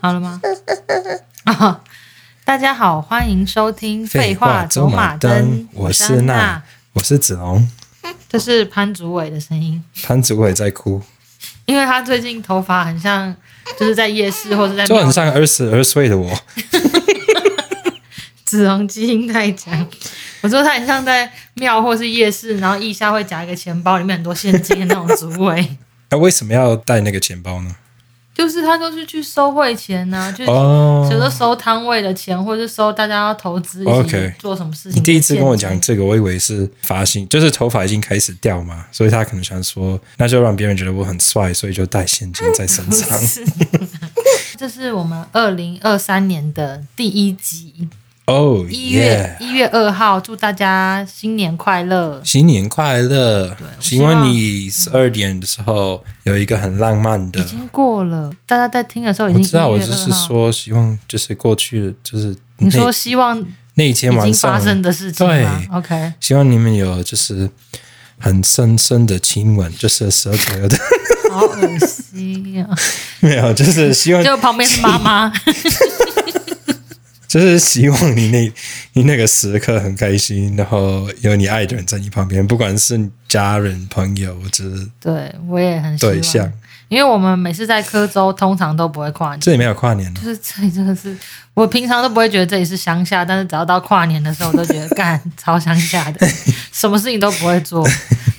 好了吗？ 啊大家好，欢迎收听《废话走马灯》，我是娜，，我是子龙。这是潘祖伟的声音，潘祖伟在哭，因为他最近头发很像，就是在夜市或者在就很像二十二岁的我。子龙基因太强。我说他很像在庙或是夜市，然后腋下会夹一个钱包，里面很多现金的那种主委。那为什么要带那个钱包呢？ 就是他都是去收汇钱呢、就是哦比如说收摊位的钱，或者是收大家要投资一起 OK 做什么事你情。第一次跟我讲，这个，我以为是发型，就是头发已经开始掉嘛，所以他可能想说，那就让别人觉得我很帅，所以就带现金在身上。 这是我们二零二三年的第一集，哦，一月耶！一月二号，祝大家新年快乐！新年快乐！希希望望你十二点的时候有一个很浪漫的已。经过了，大家在听的时候已我经知道， 1我月就2是号，说，希望就是过去的，就是你说那希望已那一天晚经上发生的事情吗对？OK，希望你们有就是很深深的亲吻，就是舌头有的 好恶心啊！没有，就是希望就旁边是妈妈，就是希望你那你那个时刻很开心，然后有你爱的人在你旁边，不管是家人、朋友或者是对我也很希 对望象，。因为我们每次在科州通常都不会跨年。这里没有跨年哦就是这里真的是，我平常都不会觉得这里是乡下，但是只要到跨年的时候，我都觉得 干超乡下 的，什么事情都不会做。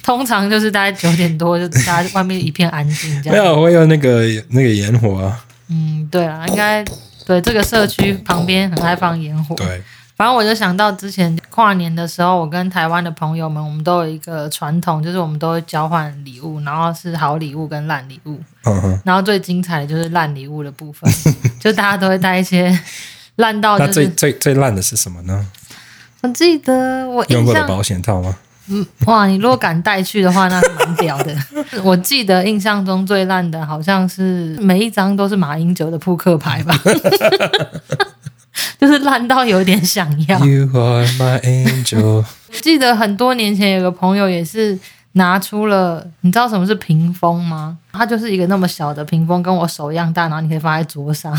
通常就是大概九点多，就大家外面一片安静这没样。有，会有那个那个烟火啊，嗯，对啊，应该对这个社区旁边很爱放烟火。对，反正我就想到之前跨年的时候，我跟台湾的朋友们，我们都有一个传统，就是我们都会交换礼物，然后是好礼物跟烂礼物。嗯哼。然后最精彩的就是烂礼物的部 分，就大家都会带一些烂到那就最是。最最烂的是什么呢？我记得我用印过的象，保险套吗？嗯，哇，你如果敢带去的话，那是蛮屌 的。我记得印象中最烂的好像是每一张都是马英九的扑克牌吧， 就是烂到有点想要。 You are my angel 。我记得很多年前有个朋友也是拿出了，你知道什么是屏风吗？它就是一个那么小的屏风，跟我手一样大，然后你可以放在桌上，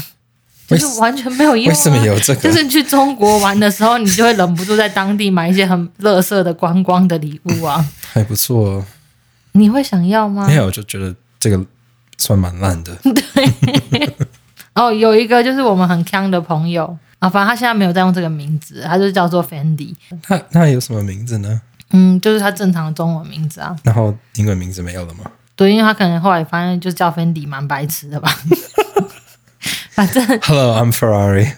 就为是完全没有用、啊。为什么有这就个？是去中国玩的时候，你就会忍不住在当地买一些很乐色的观光的礼物 啊，还不错 哦。你会想要吗没？有，我就觉得这个算蛮烂的。哦，有一个就是我们很康的朋友啊，反正他现在没有在用这个名字，他就叫做 Fendi，那那有什么名字呢？嗯，就是他正常的中文名字啊。然后英文名字没有了吗？对，因为他可能后来发现就叫 Fendi 蛮白痴的吧。 反正 Hello, I'm Ferrari。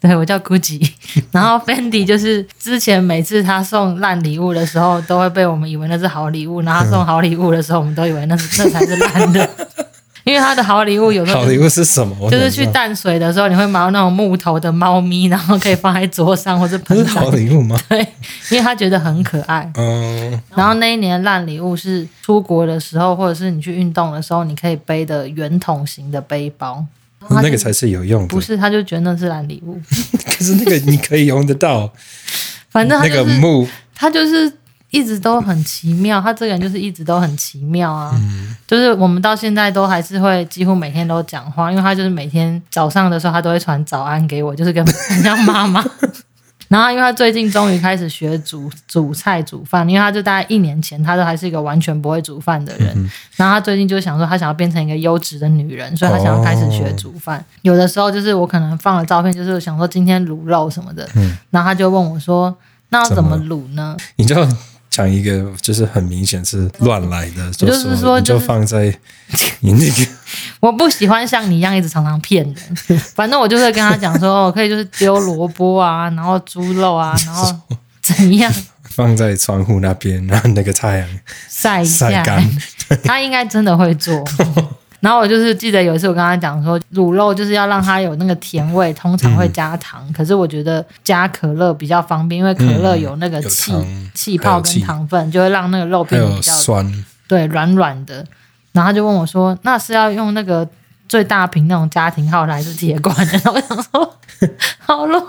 对我叫 Gucci，然后 Fendi 就是之前每次他送烂礼物的时候，都会被我们以为那是好礼物，然后他嗯送好礼物的时候，我们都以为那是那才是烂的， 因为他的好礼物有时候好礼物是什么？我就是想去知道淡水的时候，你会买到那种木头的猫咪，然后可以放在桌上或者它盆是上好，礼物吗？ 对，因为他觉得很可爱。嗯，然后那一年的烂礼物是出国的时候，或者是你去运动的时候，你可以背的圆筒型的背包。他那就个才是有用的不。是，他就觉得那是烂礼物。 可是那个你可以用得到，反正他那就个是木他就是一直都很奇妙，他这个人就是一直都很奇妙啊。嗯就是我们到现在都还是会几乎每天都讲话，因为他就是每天早上的时候他都会传早安给我，就是跟很像妈 妈。然后，因为他最近终于开始学煮煮菜、煮饭，因为他就大概一年前，他都还是一个完全不会煮饭的人。然后他最近就想说，他想要变成一个优质的女人，所以他想要开始学煮饭。有的时候就是我可能放了照片，就是想说今天卤肉什么的，然后他就问我说：“那要嗯怎么卤呢？”你就讲一个，就是很明显是乱来的，我就就是说你就就是放在 你那个我不喜欢像你一样一直常常骗 人，反正我就会跟他讲说，哦，可以就是丢萝卜啊，然后猪肉 啊，然后怎样放在窗户那边，然后那个太 阳晒一晒下，干， 他应该真的会 做。然后我就是记得有一次我跟他讲说，卤肉就是要让它有那个甜味，通常会加糖，嗯可是我觉得加可乐比较方便，因为可乐有那个有气、糖气泡还有跟气糖分，就会让那个肉还变得有比较哦酸，对，软软的。然后他就问我说：“那是要用那个最大瓶那种家庭号的，还是铁罐的？”然后我想说， 好啰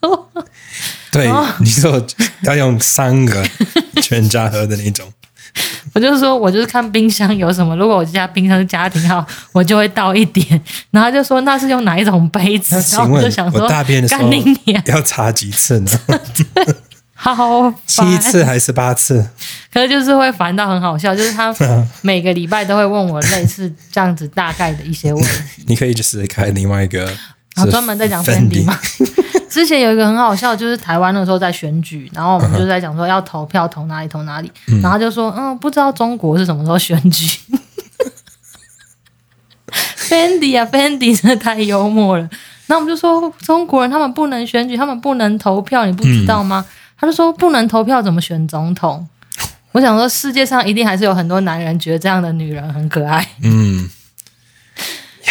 嗦。 对，你说要用三个全家喝的那种，我就是说我就是看冰箱有什么，如果我家冰箱是家庭号，我就会倒一点。然后他就说那是用哪一种杯子那，然请后我就问想我说大便的时干候你娘，要擦几次呢？好七烦。次还是八次？可是就是会烦到很好笑，就是 他嗯每个礼拜都会问我类似这样子大概的一些问题。你可以就是开另外一个，然是后啊哦专门在讲 Fendi Fendi 嘛。 之前有一个很好笑，就是台湾那时候在选举，然后我们就在讲说要投票投哪里投哪里，然后就说嗯，不知道中国是什么时候选举。Fendi 啊，Fendi 真的太幽默了。那我们就说中国人他们不能选举，他们不能投票，你不知道吗？他就说不能投票怎么选总统？我想说世界上一定还是有很多男人觉得这样的女人很可爱。嗯就是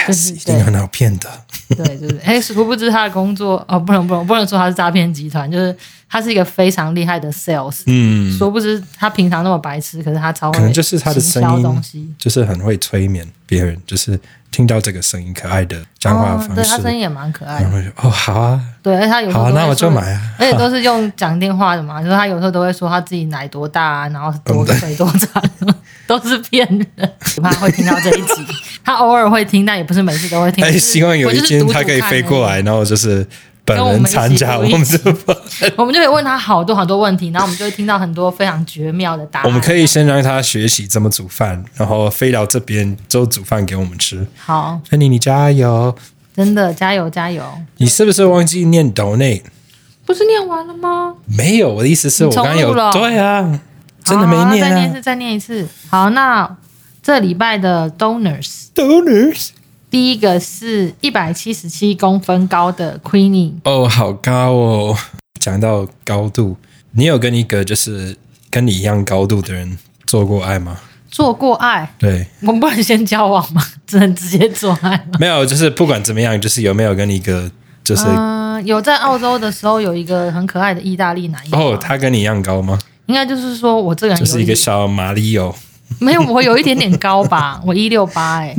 ，yes，一定很好骗的。 对，就是哎，殊不知他的工作哦，不能不能不能说他是诈骗集团，就是他是一个非常厉害的 sales、嗯，殊不知他平常那么白痴，可是他超会可能就是他的行声销音东西。就是很会催眠别人，就是听到这个声音可爱的讲话哦，方对式，他声音也蛮可爱的，然后就哦好啊，对，而且他有时候好啊都会那我说就买啊而且都是用讲电话的嘛，就是他有时候都会说他自己奶多大啊，然后嗯多腿多长， 都是骗人。 他会听到这一集，他偶尔会听，但也不是每次都会听。哎，就是希望有我一就是天赌赌他可以看飞而过已来，然后就是本跟我人们一起参加录我一们集 直播。我们就可以问他好多好多问题，然后我们就会听到很多非常绝妙的答案。我们可以先让他学习怎么煮饭，然后飞到这边就煮饭给我们吃。好，芬妮，你加油！真的加油加油！你是不是忘记念 donate？不是念完了吗？没有，我的意思是我你重刚录刚有了对啊，真的没好好念再念一啊。次，再念一次。好，那这礼拜的 donors Donors 第一个是一百七十七公分高的 Queenie，哦，好高哦！讲到高度，你有跟一个就是跟你一样高度的人做过爱吗？做过爱，对，我们不能先交往吗？只能直接做爱吗？没有，就是不管怎么样，就是有没有跟一个就是、嗯、有在澳洲的时候有一个很可爱的意大利男友啊，哦，他跟你一样高吗？应该就是说我这个人就是一有个小马里奥，没有我有一点点高吧，我一六八哎，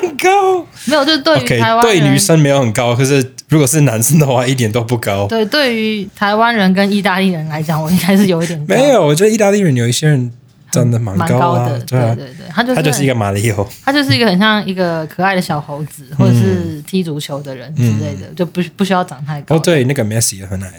很高。没有，就是对于 OK，台湾人对女生没有很高，可是如果是男生的话，一点都不高。对，对于台湾人跟意大利人来讲，我应该是有一点高没有，我觉得意大利人有一些人真的蛮蛮高啊，的，对啊，对对，他就是他就是一个马里奥。他就是一个很像一个可爱的小猴嗯子，或者是踢足球的人之类的，就不不需要长太高。哦，，对，那个 Messi 也很矮，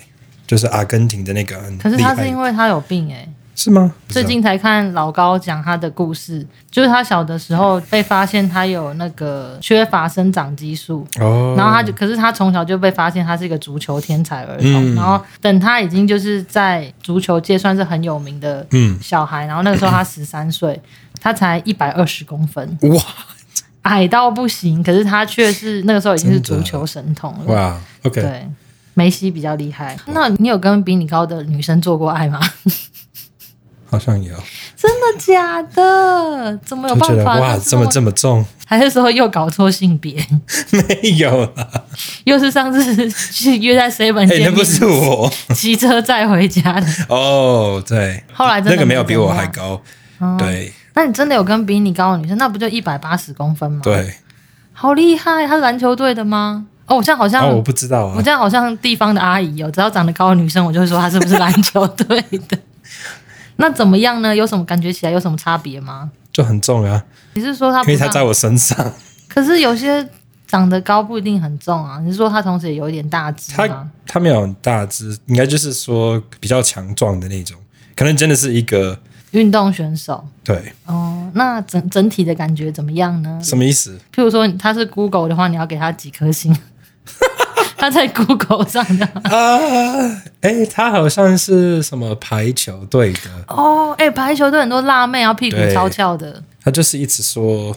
就是阿根廷的那个很可是厉他是害因，为他有病哎、是啊吗？不知道最近才看老高讲他的故事，就是他小的时候被发现他有那个缺乏生长激素，哦，然后他就，可是他从小就被发现他是一个足球天才儿童，嗯然后等他已经就是在足球界算是很有名的嗯小孩，然后那个时候他十三岁，他才一百二十公分，哦 哇矮到不行，可是他却是那个时候已经是真足的球神童了，哇，OK，对。梅西比较厉害，那你有跟比你高的女生做过爱吗？ 好像有，真的假的？怎么有就觉办得法？哇，就是这么这么重， 还是说又搞错性别？ 没有啦，又是上次去约在 seven 哎，见那面，不是我骑车载回家的。哦，对， 后来真的啊那个没有比怎么我样还。高，哦对那你真的有跟比你高的女生，那不就一百八十公分吗？，对，好厉害！她是篮球队的吗？哦，我这样好像、哦，我不知道我啊，这样好像地方的阿姨哦，只要长得高的女生，我就会说她是不是篮球队的。 那怎么样呢？有什么感觉起来有什么差别吗？就很重啊，你是说她因不嗯为他在像？我身上，可是有些长得高不一定很重啊。你是说她同时也有一点大只他吗？他没有很大只，应该就是说比较强壮的那种，可能真的是一个运动选手对，哦，那整整体的感觉怎么样呢？什么意思？譬如说他是 Google 的话，你要给他几颗星？ 他在 Google 上的啊，哎，他好像是什么排球队的，哦，哎、排球队很多辣妹，然后屁股对超翘的，他就是一直说，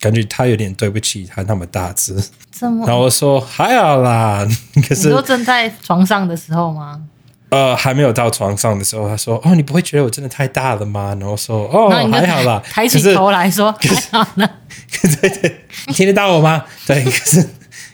感觉他有点对不起他那么大只，这么然后我说还好啦，可嗯你说是正在床上的时候吗？呃还没有到床上的时候，他说哦你不会觉得我真的太大了吗？然后我说哦然后你就还好啦，抬可起是头啊来说 还好呢。 对对，你听得到我吗？对，可是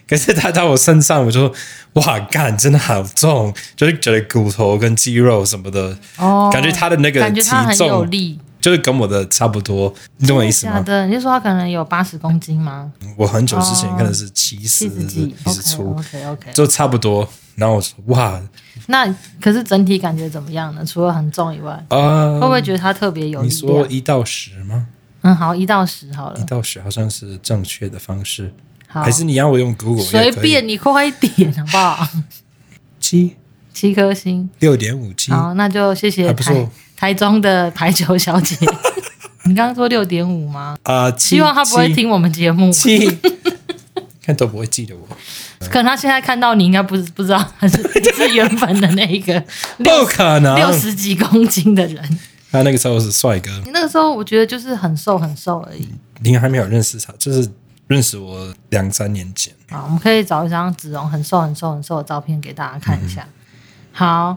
可是他到我身上，我就说哇，干，真的好重，就是觉得骨头跟肌肉什么的，哦，感觉他的那个感觉体他很有重力，就是跟我的差不多，你懂我意思假吗？的？你是说他可能有八十公斤吗？我很久之前哦可能是七七十、十几七十出， ？OK OK OK。就差不多。然后我说哇，那可是整体感觉怎么样呢？除了很重以外，啊，会不会觉得它特别有力嗯你说量？一到十吗？嗯，好，一到十好了一，到十好像是正确的方式，好还，是你要我用 Google？随便你快一点好不好？ 七七颗星，六点五七，好，那就谢谢嗯还不台错台中的排球小 姐。你刚刚说六点五吗？啊，七希望她不会七听我们节目，七， 看都不会记得我，可能她现在看到你应该不是不知道她是 是原本的那一个不可能。六十几公斤的人。他那个时候是帅哥，你那个时候我觉得就是很瘦很瘦而已。您还没有认识他，就是认识我两三年前。好，我们可以找一张子荣很瘦很瘦很瘦的照片给大家看一下。嗯好，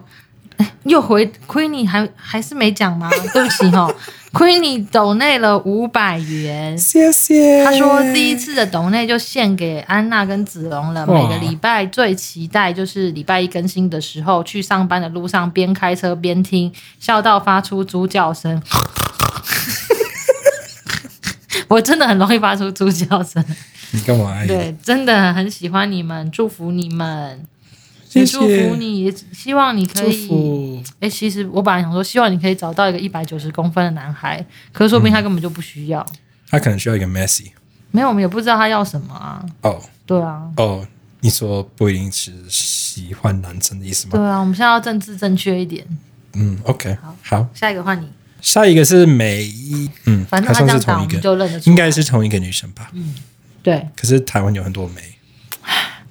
哎又回亏你还还是没讲吗？对不起 哈、哦，亏你抖内了五百元。谢谢。他说第一次的抖内就献给安娜跟子龙了。哇每个礼拜最期待就是礼拜一更新的时候，去上班的路上边开车边听，笑到发出猪叫 声。我真的很容易发出猪叫声，你干嘛？哎对，真的很喜欢你们，祝福你们，谢也谢祝福你，也希望你可祝以。福。哎、其实我本来想说，希望你可以找到一个一百九十公分的男孩，可是说不嗯定他根本就不需要。他可能需要一个 Messi。没有，我们也不知道他要什么啊。哦对啊，哦，你说不一定是喜欢男生的意思对吗？啊，我们现在要政治正确一点。嗯，OK，好下一个换你，下一个是美一，嗯，反正好他这像样是打，我同一们个，就认得出来。应该是同一个女生吧？对，可是台湾有很多美。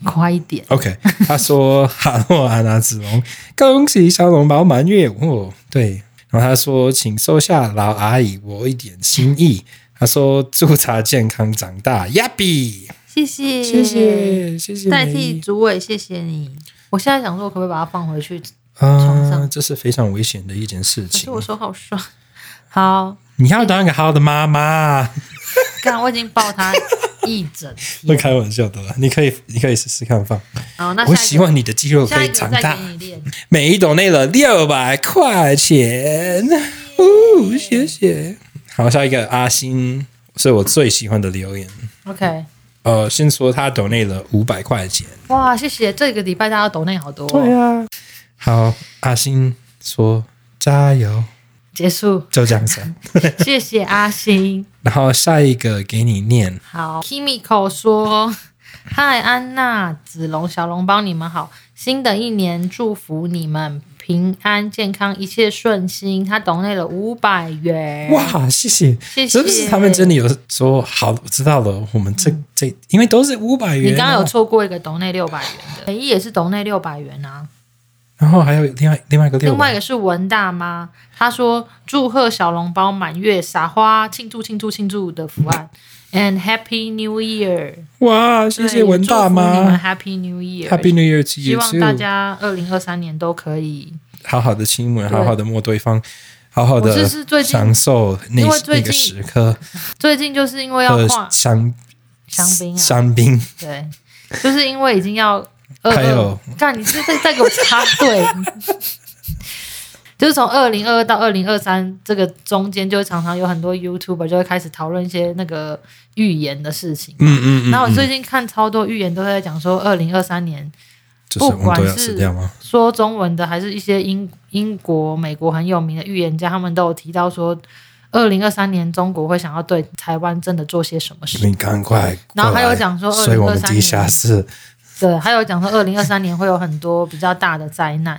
快一点。 OK，他说：“哈诺安娜子龙，恭喜小笼包满月哦。”对，然后他说：“请收下老阿姨我一点心意。”他说：“祝他健康长大。”呀比，谢谢，谢谢谢谢代美替一主委，谢谢你。我现在想说，可不可以把它放回去？可床啊、上这是非常危险的一件事是情我。手好酸。好，你要当一个好的 妈妈，看我已经抱他一整会 天。开玩笑的啦。你可以，你可以试试看放。好，那我啊下一希个，望你的肌肉下可一以个长再大给。你练。每一斗内了六百块钱，哦，谢谢。好，下一个阿星是我最喜欢的留言。 OK，呃，先说他抖内了五百块钱。哇，谢谢，这个礼拜大家抖内好多哦、啊。好，阿星说加油，结束，就这样子。谢谢阿星。然后下一个给你念，好，Kimiko 说：“嗨，安娜、子龙、小笼包，你们好！新的一年祝福你们平安健康，一切顺心。”他懂内了五百元，啊哇，谢谢，哎谢谢是不是他们真的有说好？我知道了，我们这、这因为都是五百元、嗯啊你刚刚有，错过一个懂内六百元啊的，美一也是懂内六百元啊。然后还有另外另外一个六另百外一个是文大妈，她说：“祝贺小笼包满月撒花，庆祝庆祝庆祝的福岸，and Happy New Year！” 哇，谢对谢文大祝福你们妈 Happy New Year。 ，Happy New Year to 希 you 望 too。大家二零二三年都可以好好的亲吻，对好好的摸对方，好好我的就是最近享受那因为最那近个时刻最近就是因为要和跨香香槟啊，香槟，对，就是因为已经要二还二有，干你是再再给我插队，就是从二零二二到二零二三这个中间，就会常常有很多 YouTuber 就会开始讨论一些那个预言的事情。嗯嗯嗯，然后我嗯最近看超多预言都在讲说，二零二三年就是我不管们都要是死掉吗？说中文的，还是一些英英国、美国很有名的预言家，他们都有提到说，二零二三年中国会想要对台湾真的做些什么事。你赶快过来，然后还有讲说所以我们2023地下室对，还有讲说，二零二三年会有很多比较大的灾难，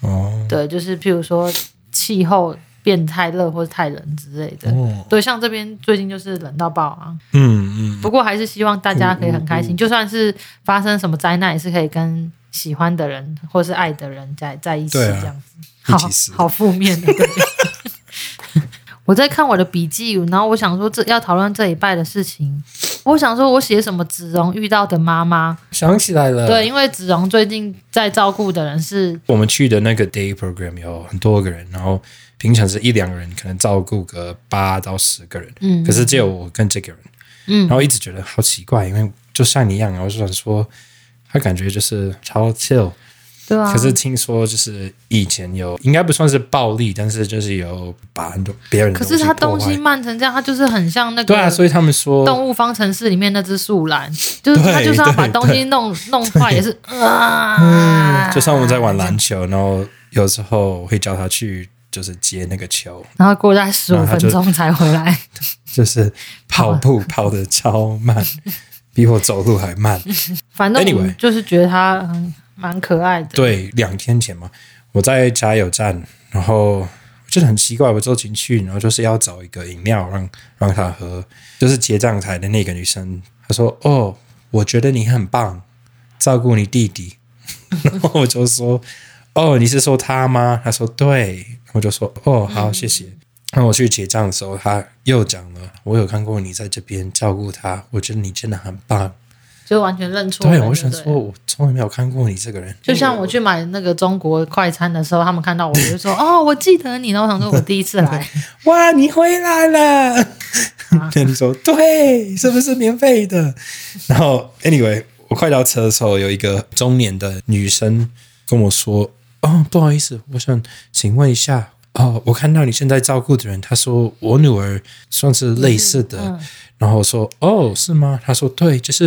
哦对，就是譬如说气候变太热或者太冷之类的。哦，对，像这边最近就是冷到爆啊！嗯嗯，嗯不过还是希望大家可以很开心，就算是发生什么灾难，也是可以跟喜欢的人或是爱的人在在一起对啊这样子。一好起死好负面的。对 我在看我的笔记，然后我想说这要讨论这一拜的事情，我想说我写什么子荣遇到的妈妈，想起来了，对，，因为子荣最近在照顾的人是，我们去的那个 day program 有很多个人，然后平常是一两个人，可能照顾个八到十个人，嗯可是只有我跟这个人，嗯然后一直觉得好奇怪，因为就像你一样，然后就想说，他感觉就是超 chill，、对啊，可是听说就是以前有，应该不算是暴力，但是就是有把很多别人的可是他东东西破西坏，慢成这样，他就是很像那个对啊，所以他们说，动物方程式里面那只树懒，就是对他就是要把对东西弄弄坏，也是啊，啊嗯就像我们在玩篮球，然后有时候我会叫他去就是接那个球，然后过大概十五然后分他就钟才回来，就是跑步跑得超慢，比我走路还慢。反正我 Anyway 们就是觉得他很蛮可爱的。对，两天前嘛，我在加油站，然后我觉得很奇怪，我走进去，然后就是要找一个饮料让让他喝，就是结账台的那个女生，她说：“哦，我觉得你很棒，照顾你弟弟。” 然后我就说：“哦，你是说他吗？”她说：“对。”我就说：“哦，好，谢谢。”那我去结账的时候，她又讲了：“我有看过你在这边照顾他，我觉得你真的很棒。就完全认”出对，人我就想对说，了，我从来没有看过你这个人。就像我去买那个中国快餐的时候，他们看到我我就说：“哦，我记得你。”然后我想说，我第一次 来，哇，你回来了！ 那你说对，是不是免费的？然后，anyway，我快到车的时候，有一个中年的女生跟我说：“哦，不好意思，我想请问一下，哦，我看到你现在照顾的人，她说我女儿算是类似的。然后我说：“哦，是吗？”她说：“对，就是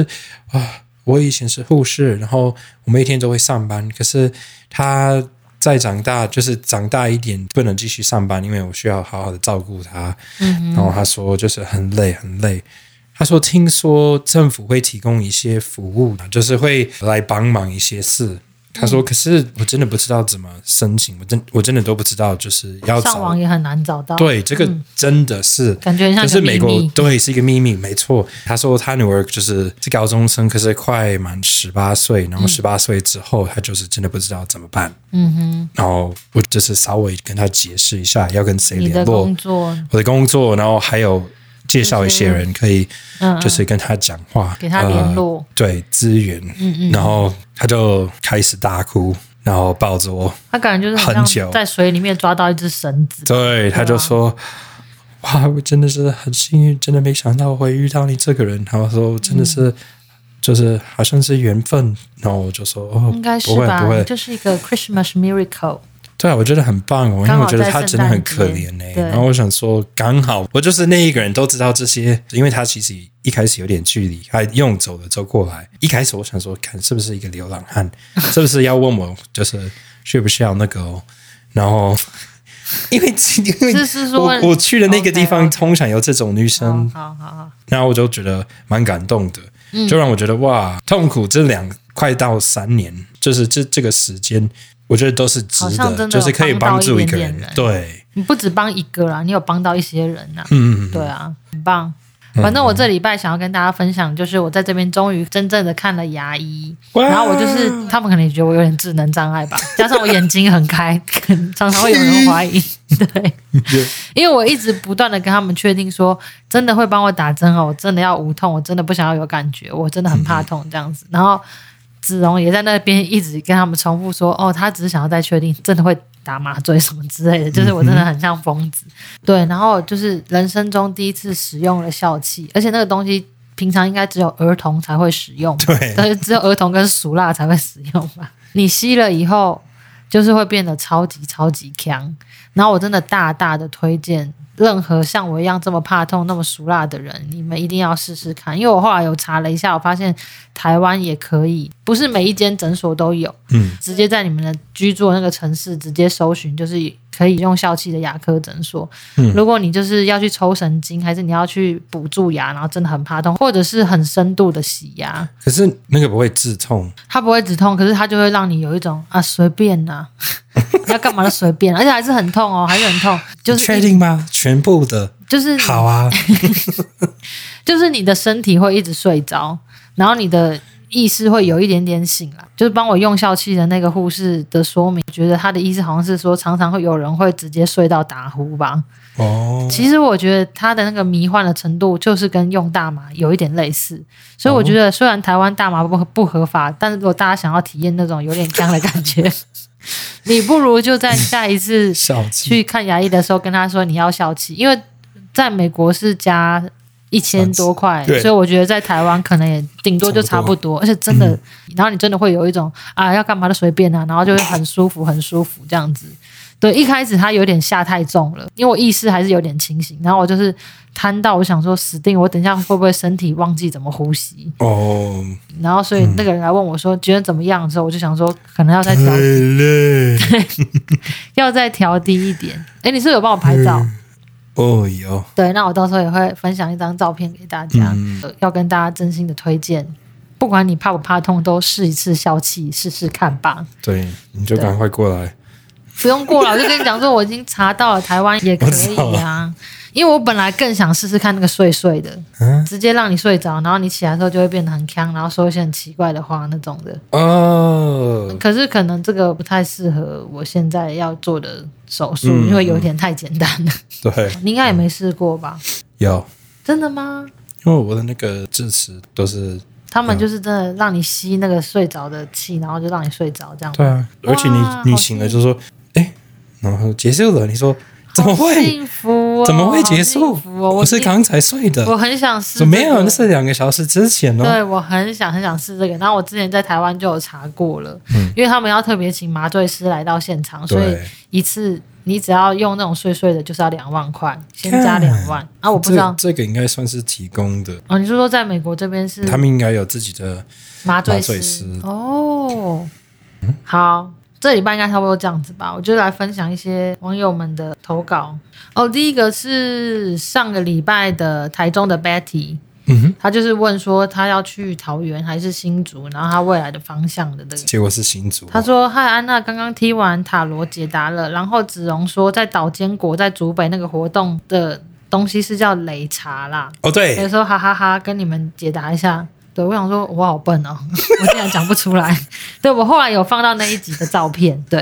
啊，我以前是护士，然后我每天都会上班，可是她再长大，就是长大一点不能继续上班，因为我需要好好的照顾她。然后她说就是很累很累。她说听说政府会提供一些服务，就是会来帮忙一些嗯事。她说可是我真的不知道怎么申请，我真我真的都不知道，就是要上找网也很难找到。，对，这个真的是、感觉很像可一是个美秘国密。对是一个秘密，没错。他说他女儿就是是高中生，可是快满十八岁，然后十八岁之后，他就是真的不知道怎么办。嗯哼，然后我就是稍微跟他解释一下要跟谁你的联络工，作我的工作，然后还有介绍一些人可以嗯嗯就是跟他讲话，给他联络呃对资源，嗯嗯，然后他就开始大哭，然后抱着我，他感觉就是很好久像在水里面抓到一只绳子，对，他就说：“哇，我真的是很幸运，真的没想到我会遇到你这个人。”然后说：“真的是，就是好像是缘分。”然后我就说：“哦，应该是不会吧？不会，就是一个 Christmas miracle。对啊，我觉得很棒哦，因为刚好我觉得在他圣真的很诞节可怜呢、对然后我想说，刚好我就是那一个人都知道这些，因为他其实一开始有点距离，他用走了走过来。一开始我想说，看是不是一个流 浪汉，是不是要问我就是需不需要那个、哦？然后 因为因为是是说我我去的那个地方 OK，OK 通常有这种女生哦，好好好，然后我就觉得蛮感动的，嗯就让我觉得哇，痛苦这两快到三年，就是这这个时间，我觉得都是值好像得，真的就是可以有帮帮到助一个点人。点人对，你不只帮一个啦，你有帮到一些人呐、嗯，对啊，很棒。反正我这礼拜想要跟大家分享，就是我在这边终于真正的看了牙医，哇然后我就是他们可能也觉得我有点智能障碍吧，加上我眼睛很开， 可能常常会有人怀 疑，对，因为我一直不断的跟他们确定说，真的会帮我打针哦，我真的要无痛，我真的不想要有感觉，我真的很怕痛这样子。然后子荣也在那边一直跟他们重复说，哦，他只是想要再确定真的会打麻醉什么之类的， 就是我真的很像疯子。对，然后就是人生中第一次使用了笑气，而且那个东西平常应该只有儿童才会使用，对但是只有儿童跟熟辣才会使用吧。你吸了以后，就是会变得超级超级强。然后我真的大大的推荐任何像我一样这么怕痛、那么熟辣的人，你们一定要试试看。因为我后来有查了一下，我发现台湾也可以，不是每一间诊所都有，嗯，直接在你们的居住的那个城市直接搜寻，就是可以用笑气的牙科诊所。嗯如果你就是要去抽神经，还是你要去补蛀牙，然后真的很怕痛，或者是很深度的洗牙，可是那个不会致痛，它不会止痛，可是它就会让你有一种啊 随便呐、你要干嘛都随便，而且还是很痛哦，还是很痛，就是你确定吗？全部的就是你好 啊，就是你的身体会一直睡着，然后你的意识会有一点点醒来。就是帮我用笑气的那个护士的说明，觉得他的意思好像是说，常常会有人会直接睡到打呼吧。哦，其实我觉得他的那个迷幻的程度，就是跟用大麻有一点类似。所以我觉得，虽然台湾大麻不不合法，但是如果大家想要体验那种有点僵的感觉，你不如就在下一次笑气去看牙医的时候跟他说你要笑气，因为在美国是加一千多块，对所以我觉得在台湾可能也顶多就差不多，而且真的，然后你真的会有一种啊要干嘛都随便啊，然后就会很舒服很舒服这样子。对，一开始他有点下太重了，因为我意识还是有点清醒，然后我就是瘫到，我想说死定，我等一下会不会身体忘记怎么呼吸？ 哦，然后所以那个人来问我说觉得怎么样的时候，我就想说可能要再调累，要再调低一点。 哎，你是不是有帮我拍照？哦哟，对，那我到时候也会分享一张照片给大家，嗯呃要跟大家真心的推荐，不管你怕不怕痛，都试一次消气，试试看吧。对，你就赶快过来，不用过了，我就跟你讲说，我已经查到了台湾也可以啊， 因为我本来更想试试看那个睡睡的，嗯直接让你睡着，然后你起来的时候就会变得很呛，然后说一些很奇怪的话那种的。哦，可是可能这个不太适合我现在要做的手术，嗯因为有点太简单了。 对，你应该也没试过吧？有，真的吗？因为我的那个智齿都是，他们就是真的让你吸那个睡着的气，然后就让你睡着这样。对啊，而且哇你你好醒了幸就说，哎，然后结束了，你说 怎么好会幸福、哦？怎么会好结束？幸福哦、我是一定刚才睡的，我很想试、这怎个。么样？那是两个小时之前哦，对我很想很想试这个，然后我之前在台湾就有查过了，因为他们要特别请麻醉师来到现场，所以嗯对，一次你只要用那种碎碎的，就是要两万块，先加看两万。啊，我不知道这这个应该算是提供的，哦，你是说在美国这边是他们应该有自己的，麻醉麻醉师师哦？好，这礼拜应该差不多这样子吧，我就来分享一些网友们的投稿。哦，第一个是上个礼拜的台中的 Betty。嗯哼，他就是问说他要去桃园还是新竹，然后他未来的方向的这个。结果是新竹，他说：“嗨，安娜，刚刚踢完塔罗解答了。”然后子荣说，在岛间国在竹北那个活动的东西是叫擂茶啦。哦所以对，说哈哈哈跟你们解答一下。对，我想说我好笨哦， 我竟然讲不出来。 对我后来有放到那一集的照片，对。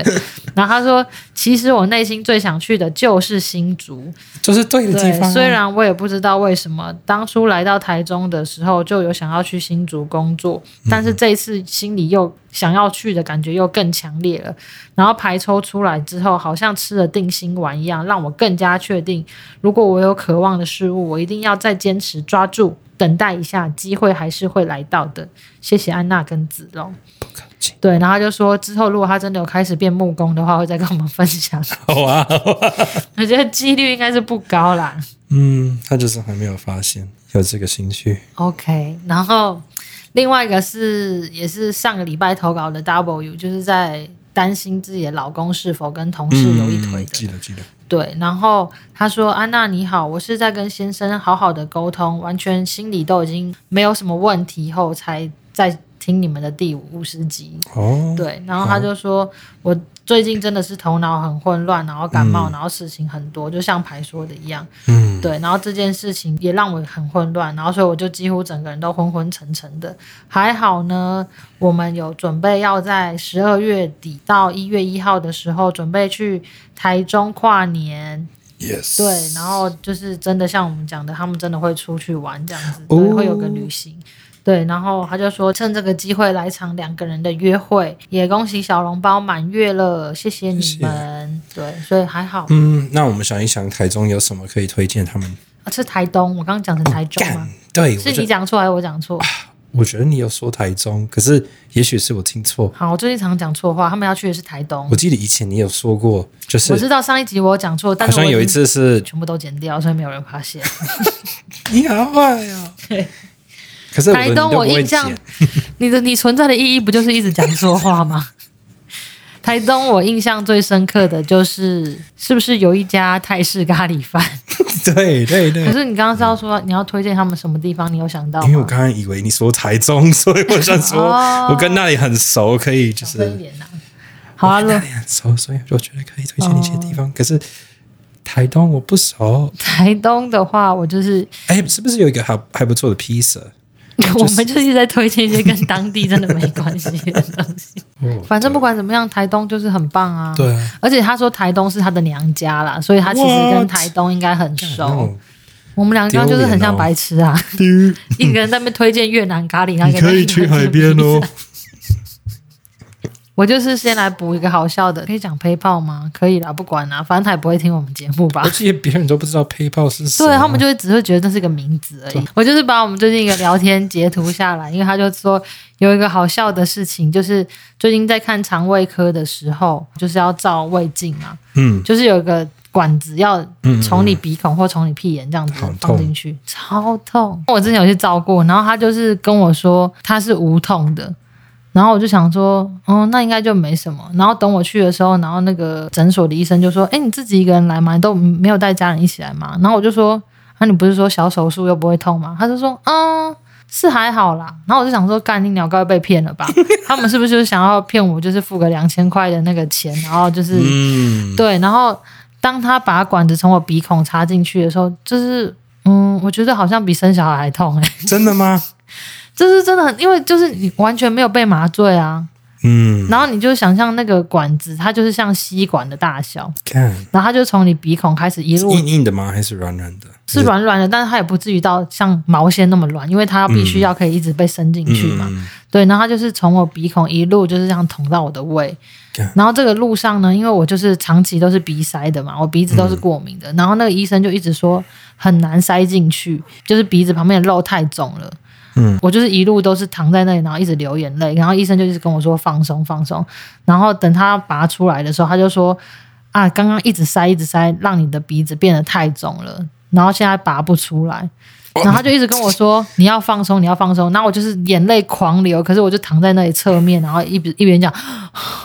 然后他说，其实我内心最想去的就是新竹，就是对的地对，方啊，虽 然我也不知道为什么当初来到台中的时候就有想要去新竹工作，但是这一次心里又想要去的感觉又更强烈了。然后排抽出来之后，好像吃了定心丸一样，让我更加确定，如果我有渴望的事物，我一定要再坚持抓住。等待一下，机会还是会来到的。谢谢安娜跟子龙。不客气，对，然后他就说，之后如果他真的有开始变木工的话，会再跟我们分享。好啊，好啊 我觉得几率应该是不高啦。嗯，他就是还没有发现有这个兴趣， OK，然后另外一个是也是上个礼拜投稿的 W，就是在担心自己的老公是否跟同事有一腿的。嗯记得记得，对，然后他说：“安娜你好，我是在跟先生好好的沟通，完全心里都已经没有什么问题后，才在听你们的第五十集。”哦，对，然后他就说，我最近真的是头脑很混乱，然后感冒，然后事情很多，就像牌说的一样。嗯，对，然后这件事情也让我很混乱，然后所以我就几乎整个人都昏昏沉沉的。还好呢，我们有准备要在十二月底到一月一号的时候准备去台中跨年， ，yes，对，然后就是真的像我们讲的，他们真的会出去玩这样子，哦对，会有个旅行。对，然后他就说趁这个机会来一场两个人的约会，也恭喜小笼包满月了，谢谢你谢谢们。对，所以还好。嗯，那我们想一想，台中有什么可以推荐他们？啊，是台东，我刚刚讲成台中吗哦干？，对，我是觉你得讲错还是我讲 错？我觉得你有说台中，可是也许是我听错，好，我最近常讲错话，他们要去的是台东我。记得以前你有说过，就是我知道上一集我有讲错，但好是我像已有一经次是全部都剪掉，所以没有人发现。你好坏哦。对可是我的台你东都不我会印象剪，你的你存在的意义不就是一直讲说话吗？台东我印象最深刻的就是是不是有一家泰式咖喱饭？ 对对对可，是你刚刚是要说你要推荐他们什么地方，你有想到因为我吗？刚刚以为你说台中， 所以我想说，哦我跟那里很熟，可以就分一是点呐、好哦啊，我跟那论里很熟，所以我觉得可以推荐一些地方。可是台东我不熟，台东的话，我就是哎，是不是有一个还还不错的披萨？我们就是一直在推荐一些跟当地真的没关系的东西。 哦，反正不管怎么样，台东就是很棒啊。对啊，而且他说台东是他的娘家啦，所以他其实 What？哦跟台东应该很熟。那种我们两个就是很像白痴啊，哦哦一个人在那边推荐越南咖喱，然后一个人在那边推荐披萨。我就是先来补一个好笑的，可以讲 PayPal 吗？可以啦，不管啦，反正他也不会听我们节目吧 而。且别人都不知道 PayPal 是啊什么，对他们就会只会觉得这是个名字而已。我就是把我们最近一个聊天截图下来，因为他就说有一个好笑的事情，就是最近在看肠胃科的时候，就是要照胃镜嘛，嗯，就是有一个管子要嗯从你鼻孔或从你屁眼这样子好痛放进去，超痛。我之前有去照过，然后他就是跟我说他是无痛的。然后我就想说，哦，那应该就没什么。然后等我去的时候，然后那个诊所的医生就说：“哎，你自己一个人来吗？你都没有带家人一起来吗？”然后我就说：“啊，你不是说小手术又不会痛吗？”他就说：“嗯，是还好啦。”然后我就想说，干你鸟该被骗了吧？他们是不是就是想要骗我，就是付个两千块的那个钱，然后就是嗯，对，然后当他把管子从我鼻孔插进去的时候，就是嗯，我觉得好像比生小孩还痛哎、欸， 真的吗？就是真的很，因为就是你完全没有被麻醉啊，嗯，然后你就想象那个管子，它就是像吸管的大小，看然后它就从你鼻孔开始一是路硬硬的吗？还是软软的？是软软的，但是它也不至于到像毛线那么软，因为它必须要可以一直被伸进去嘛。嗯对，然后它就是从我鼻孔一路就是这样捅到我的胃干，然后这个路上呢，因为我就是长期都是鼻塞的嘛，我鼻子都是过敏的，然后那个医生就一直说很难塞进去，就是鼻子旁边的肉太重了。嗯，我就是一路都是躺在那里，然后一直流眼泪，然后医生就一直跟我说放松放松，然后等他拔出来的时候，他就说啊，刚刚一直塞一直塞，让你的鼻子变得太肿了，然后现在拔不出来。然后他就一直跟我说：“你要放松，你要放松。”然后我就是眼泪狂流，可是我就躺在那里侧面，然后一边一边讲，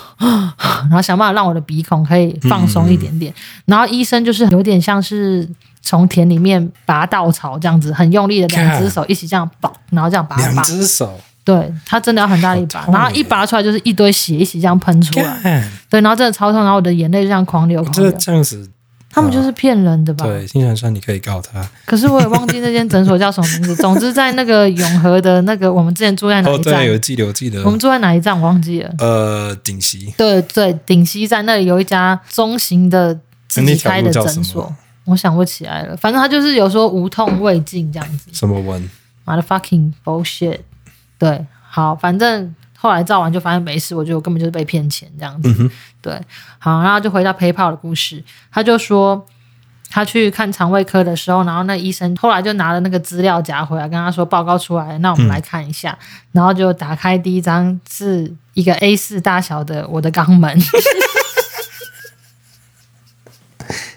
然后想办法让我的鼻孔可以放松一点点。然后医生就是有点像是从田里面拔稻草这样子，很用力的两只手一起这样拔，然后这样拔拔两。只手，对，他真的要很大力拔好，痛欸然后一拔出来就是一堆血，一起这样喷出来。看对，然后真的超痛，然后我的眼泪就这样狂流我狂觉得流。这样子，他们就是骗人的吧？对，金常上你可以告他。可是我也忘记那间诊所叫什么名 字。总之，在那个永和的那个，我们之前住在哪哦，一站对，？有记得，我记得我，们住在哪一站？我忘记了。呃，顶席，对对，顶溪站那里有一家中型的自己开的诊所，我想不起来了。反正他就是有说无痛胃镜这样子什 么文？ ，motherfucking bullshit。对，好，反正后来照完就发现没事，我觉得我根本就是被骗钱这样子。嗯哼，对，好，然后就回到 PayPal 的故事，他就说他去看肠胃科的时候，然后那医生后来就拿了那个资料夹回来，跟他说报告出来了，那我们嗯来看一下，然后就打开第一张是一个 A 四大小的我的肛 门，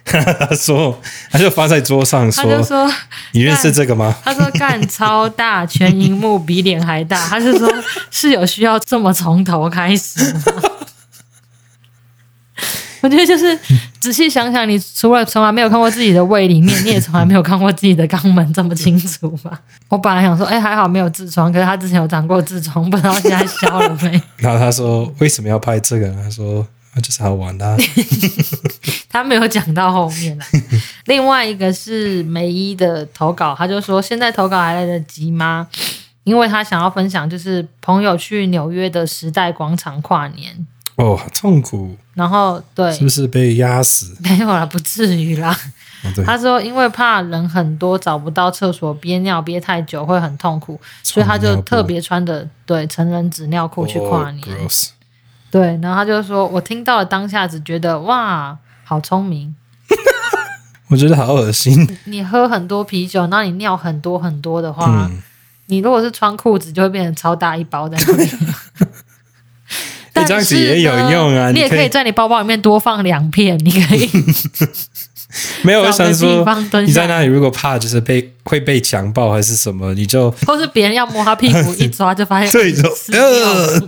他说，他就放在桌上他就说，说你认识这个吗？他说干超大，全荧幕比脸还大，他是说是有需要这么从头开始吗？ 我觉得就是仔细想想，你除了从来没有看过自己的胃里面，你也从来没有看过自己的肛门这么清楚吧？我本来想说，哎、还好没有痔疮，可是他之前有长过痔疮，不知道现在消了没。然后他说，为什么要拍这个？他说，啊就是好玩 啦、他没有讲到后面 来。另外一个是梅一的投稿，他就说现在投稿还来得及吗？因为他想要分享，就是朋友去纽约的时代广场跨年，哦，好痛苦，然后对，是不是被压死？没有啦，不至于啦。哦、对，他说因为怕人很多找不到厕所，憋尿憋太久会很痛苦，所以他就特别穿的对成人纸尿裤去跨年。哦，gross 对，然后他就说，我听到了当下只觉得哇，好聪明，我觉得好恶心。你喝很多啤酒，然后你尿很多很多的话，嗯，你如果是穿裤子，就会变成超大一包在那 里。你但欸这样子是呢也有用啊！你你也可以在你包包里面多放两片，你可 以没有，我找想个地说，方蹲你在下，那里如果怕就是被会被强暴还是什么，你就或是别人要摸他屁股，一抓就呃发 现哎对就死掉 了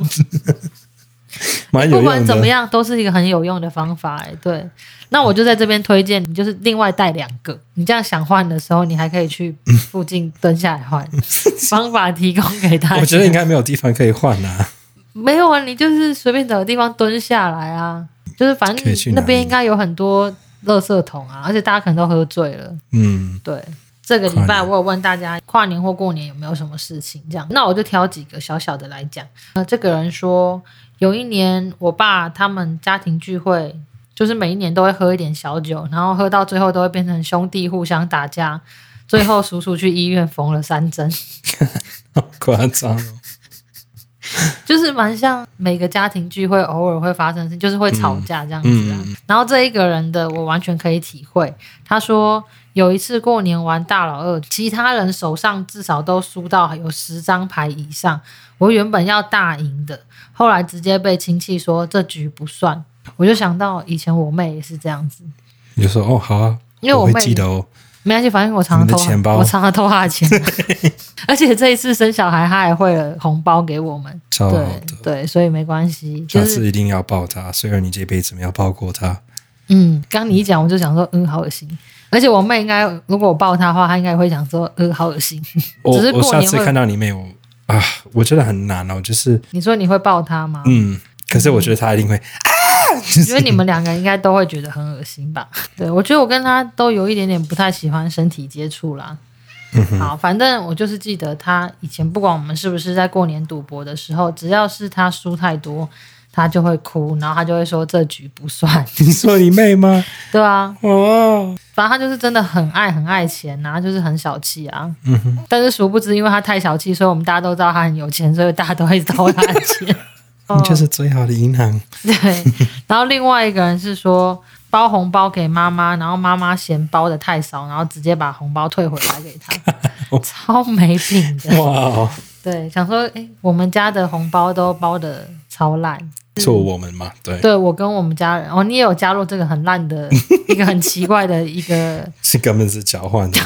蛮有不管用怎么的。样，都是一个很有用的方法、哎，对，那我就在这边推荐你，就是另外带两个。你这样想换的时候，你还可以去附近蹲下来 换。方法提供给大家。我觉得应该没有地方可以换啊。没有啊，你就是随便找个地方蹲下来啊，就是反可以去正那哪里边应该有很多垃圾桶啊，而且大家可能都喝醉了。嗯，对，这个礼跨拜年我有问大家跨年或过年有没有什么事情这样，那我就挑几个小小的来讲。呃，这个人说，有一年我爸他们家庭聚会，就是每一年都会喝一点小酒，然后喝到最后都会变成兄弟互相打架，最后叔叔去医院缝了三针。好夸张哦。就是蛮像每个家庭聚会偶尔会发生的事，就是会吵架这样子啊。嗯然后这一个人的我完全可以体会，他说有一次过年玩大老二，其他人手上至少都输到有十张牌以上，我原本要大赢的，后来直接被亲戚说这局不算，我就想到以前我妹也是这样子，你就说哦，好啊，因为我我会妹记得哦。没关系，反正我常常你的偷钱包我常常偷她的钱， 而且这一次生小孩，她还汇了红包给我们，超好对的，对，所以没关系，就下是次一定要抱他，虽然你这辈子没有抱过他。嗯，刚你一讲，我就想说，嗯，好恶心。而且我妹应该，如果我抱她的话，她应该会想说，呃，好恶心。 我只是我过下年次看会，到你妹，我啊，我觉得很难哦，就是你说你会抱她吗？嗯，可是我觉得他一定会，嗯因为你们两个应该都会觉得很恶心吧？对，我觉得我跟她都有一点点不太喜欢身体接触啦。好，反正我就是记得她以前，不管我们是不是在过年赌博的时候，只要是她输太多，她就会哭，然后她就会说这局不算。你说你 妹吗？对啊，哦，反正她就是真的很爱很爱钱啊，就是很小气啊。嗯哼，但是殊不知，因为他太小气，所以我们大家都知道他很有钱，所以大家都会偷他的 钱。你就是最好的银行。对，然后另外一个人是说包红包给妈妈，然后妈妈嫌包的太少，然后直接把红包退回来给 他，超没品的。哇哦，对，想说，哎，我们家的红包都包的超烂。做我们嘛，对，对我跟我们家人，哦，你也有加入这个很烂的一个很奇怪的一个，是根本是交换的。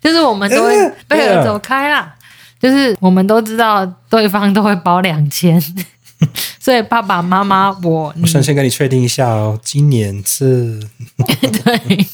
就是我们都会被人走开啦。就是我们都知道对方都会包两千， 所以爸爸妈妈我你我想先跟你确定一下哦，今年是对，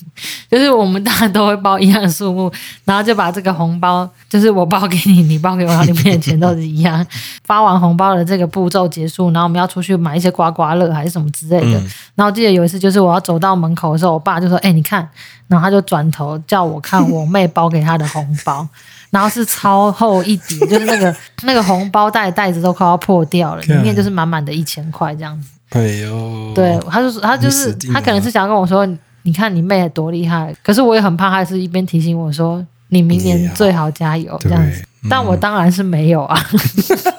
就是我们大家都会包一样的数目，然后就把这个红包，就是我包给你，你包给我，然后里面的钱都是一样。发完红包的这个步骤结束，然后我们要出去买一些刮刮乐还是什么之类的。然后我记得有一次，就是我要走到门口的时候，我爸就说：“哎、你看。”然后他就转头叫我看我妹包给他的红包。 然后是超厚一叠，就是那个那个红包袋袋子都快要破掉了，里面就是满满的一千块这样子。哎呦，对，，他就是他就你死是定他可能了是想跟我说，你看你妹多厉害，可是我也很怕，他是一边提醒我说，你明你也年要最好加油这对嗯样子。但我当然是没有啊，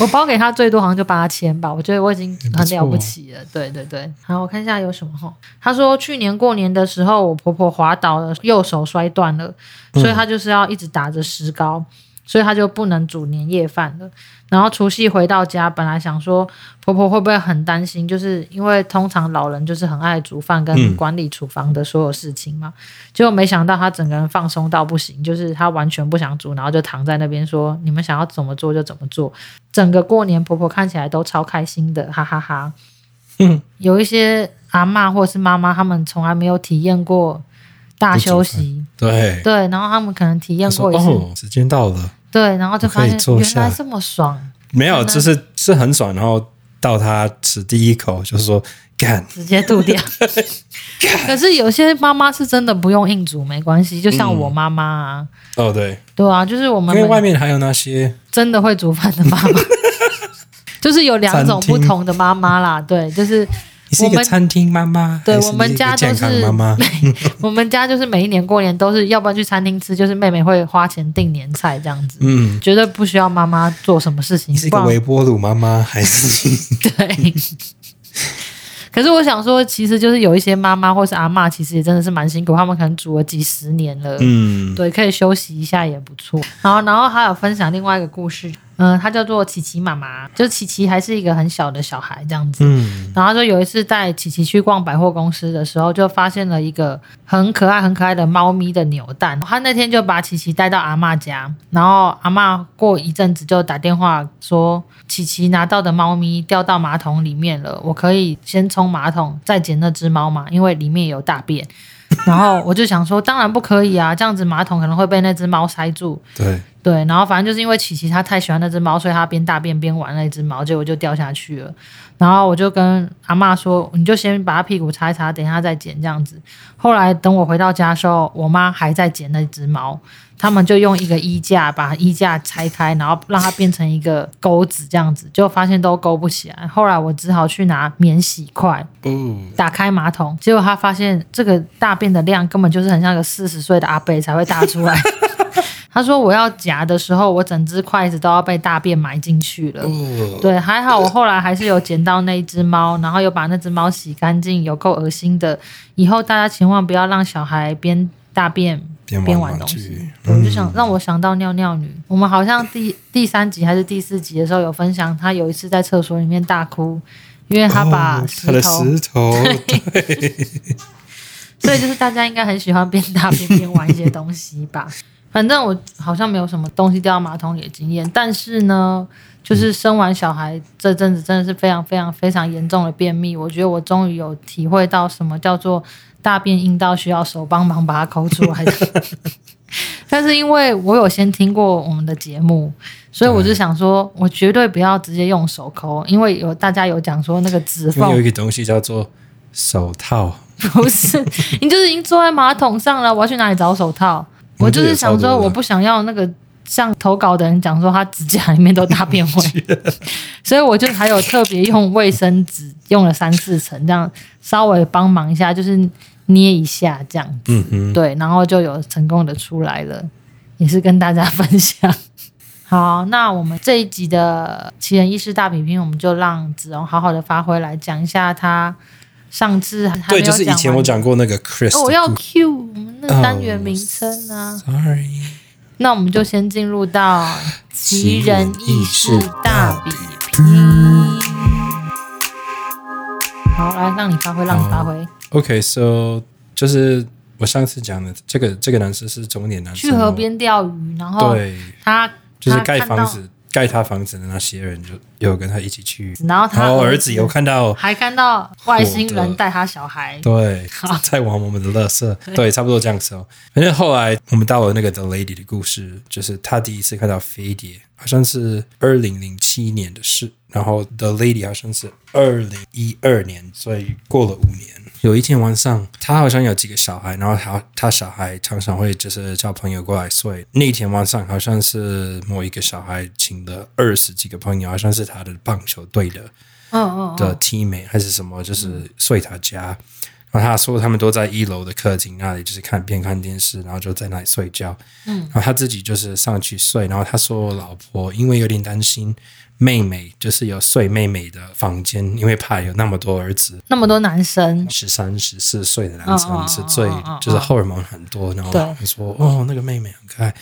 我包给他最多好像就八千吧，我觉得我已经很了啊不起了。对对对，好，我看一下有什么哈。他说去年过年的时候，我婆婆滑倒了，右手摔断了，嗯所以她就是要一直打着石膏。所以她就不能煮年夜饭了。然后除夕回到家，本来想说婆婆会不会很担心，就是因为通常老人就是很爱煮饭跟嗯管理厨房的所有事情嘛。结果没想到她整个人放松到不行，就是她完全不想煮，然后就躺在那边说：“你们想要怎么做就怎么做。”整个过年婆婆看起来都超开心的，哈哈哈 有一些阿嬷或是妈妈，他们从来没有体验过大不煮休饭息，对，对，然后他们可能体验他过说一次，哦，时间到了，对，然后就我可发以现坐原来下这么爽，没有，真的就是是很爽，然后到他吃第一口就是说干，直接吐 掉。 可是有些妈妈是真的不用硬煮没关系，就像我妈妈啊，哦对，对啊，就是我们因为外面还有那些真的会煮饭的妈 妈，就是有两种餐不厅同的妈妈啦。对，就是你是一我个们餐厅妈妈，对还是我们一个家都健康是 妈妈，我们家就是每一年过年都是，要不然去餐厅吃，就是妹妹会花钱订年菜这样子，嗯，绝对不需要妈妈做什么事情你是。一不个然微波炉妈妈，还 是对。可是我想说，其实就是有一些妈妈或是阿嬷，其实也真的是蛮辛苦，他们可能煮了几十年了，嗯对，可以休息一下也不错。然后，然后还有分享另外一个故事，嗯、她叫做琪琪妈妈，就是琪琪还是一个很小的小孩这样子。嗯然后她说有一次带琪琪去逛百货公司的时候，就发现了一个很可爱、很可爱的猫咪的扭蛋。她那天就把琪琪带到阿嬷家，然后阿嬷过一阵子就打电话说，琪琪拿到的猫咪掉到马桶里面了，我可以先冲马桶再捡那只猫嘛，因为里面有大便。然后我就想说，当然不可以啊，这样子马桶可能会被那只猫塞住。对，对，然后反正就是因为琪琪她太喜欢那只猫，所以她边大便边玩那只猫，结果就掉下去了。然后我就跟阿嬷说，你就先把它屁股擦一擦，等一下再捡这样子。后来等我回到家的时候，我妈还在捡那只猫，他们就用一个衣架把衣架拆开，然后让它变成一个钩子这样子，就发现都勾不起来。后来我只好去拿免洗块，哦，打开马桶，结果他发现这个大便的量根本就是很像个四十岁的阿伯才会大出来。 他说我要夹的时候，我整只筷子都要被大便埋进去了。哦，对，还好我后来还是有捡到那一只猫，然后又把那只猫洗干净，有够恶心的。以后大家千万不要让小孩边大便边边玩玩东玩具嗯西。对我就想让我想到尿尿女，我们好像第第三集还是第四集的时候有分享，她有一次在厕所里面大哭，因为她把哦石他的头，石头， 所以就是大家应该很喜欢边大便边玩一些东西 吧。反正我好像没有什么东西掉到马桶里的经验，但是呢，就是生完小孩这阵子真的是非常非常非常严重的便秘，我觉得我终于有体会到什么叫做大便硬到需要手帮忙把它抠出 来的。但是因为我有先听过我们的节目，所以我就想说，我绝对不要直接用手抠，因为有大家有讲说那个指因为缝有一个东西叫做手套。不 是，你就是已经坐在马桶上了，我要去哪里找手套？我我觉就得是想说，我不想要那个像投稿的人讲说他指甲里面都大便 味，所以我就还有特别用卫生纸用了三四层，这样稍微帮忙一下，就是捏一下这样子，嗯哼，对，然后就有成功的出来了，也是跟大家分享。 好，那我们这一集的奇人异事大比拼，我们就让子荣好好的发挥来讲一下他上次还没对，有就是以前我完讲嗯过那个 Chris，哦，我的要故 Q 我们那个单元名称啊。嗯 Sorry，那我们就先进入到奇人异事大比拼。嗯好，来让你发挥，让你发挥。 OK，so、就是我上次讲的这个这个男生是中年男生去哦，河边钓鱼，然后对，他就是他盖看房到，子盖他房子的那些人就有跟他一起去，然后他然后儿子有看到，还看到外星我的人带他小孩。对，在玩我们的乐色，对，差不多这样子哦。反正后来我们到了那个 The Lady 的故事，就是他第一次看到飞碟，好像是二零零七年的事，然后 The Lady 好像是二零一二年，所以过了五年。有一天晚上，他好像有几个小孩，然后他他小孩常常会就是叫朋友过来睡。那天晚上好像是某一个小孩请了二十几个朋友，好像是他的棒球队的，嗯嗯嗯，的 teammate 还是什么，就是睡他家。然后他说他们都在一楼的客厅那里，就是看边看电视，然后就在那里睡觉。嗯，然后他自己就是上去睡。然后他说，老婆因为有点担心妹妹，就是有睡妹妹的房间，因为怕有那么多儿子，那么多男生，十三、十四岁的男嗯嗯生嗯是最嗯嗯嗯就是荷尔蒙很多，然后对他说哦那个妹妹很可爱，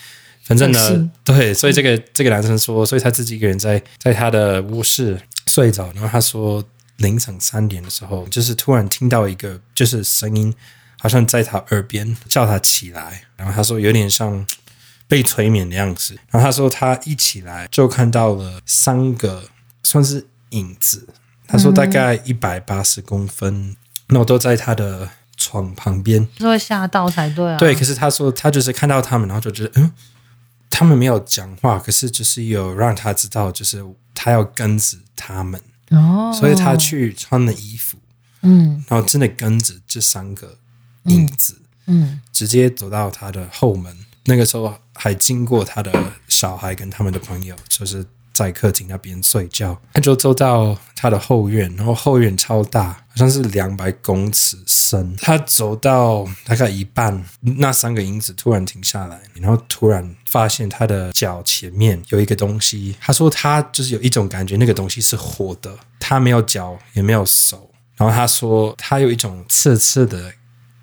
反正很嗯呢新对，所以这个这个男生说，所以他自己一个人在在他的卧室睡着，然后他说凌晨三点的时候，就是突然听到一个就是声音，好像在他耳边叫他起来，然后他说有点像被催眠的样子。然后他说他一起来就看到了三个算是影子，他说大概一百八十公分，那我都在他的床旁边。就是会吓到才对啊。对，可是他说他就是看到他们，然后就觉得嗯，他们没有讲话，可是就是有让他知道，就是他要跟着他们，哦，所以他去穿了衣服，嗯然后真的跟着这三个影子。嗯直接走到他的后门。那个时候还经过他的小孩跟他们的朋友，就是在客厅那边睡觉。他就走到他的后院，然后后院超大，好像是两百公尺深。他走到大概一半，那三个影子突然停下来，然后突然发现他的脚前面有一个东西。他说他就是有一种感觉，那个东西是活的，他没有脚也没有手。然后他说他有一种刺刺的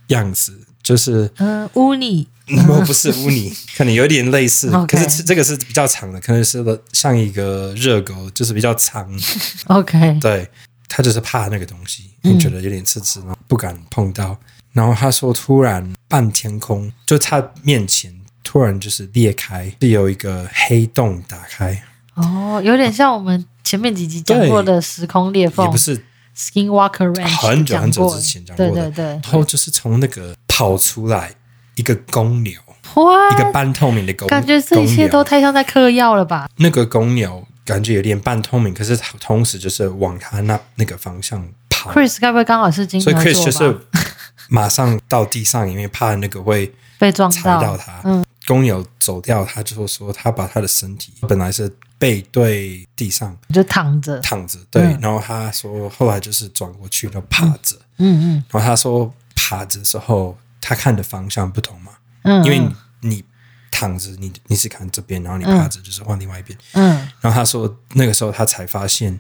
样子，就是嗯，乌尼不不是 污泥，可能有点类似， OK 可是这个是比较长的，可能是像一个热狗，就是比较 长。 ，OK，对他就是怕那个东西，因为觉得有点刺刺，然哦后不敢碰到。然后他说，突然半天空就他面前突然就是裂开，是有一个黑洞打开，哦，有点像我们前面几集讲过的时空裂缝也不是 （Skinwalker Ranch） 很久很久讲过之前讲过对的，对对然，后就是从那个跑出来一个公牛，一个哇，半透明的公，感觉这一公切牛都太像在嗑药了吧？那个公牛感觉有点半透明，可是它同时就是往他那那个方向跑， Chris 该不会刚好是金所牛以 Chris 就座吧？是马上到地上，因为怕那个会被撞踩到到，他。公牛走掉，他就说他把他的身体本来是背对地上就躺着。躺着，对，嗯然后他说后来就是转过去就趴着，嗯然后他说趴着的时候他看的方向不同嘛，嗯嗯，因为嗯你你躺着，你你只看这边，然后你趴着就是往另外一边。嗯，然后他说那个时候他才发现。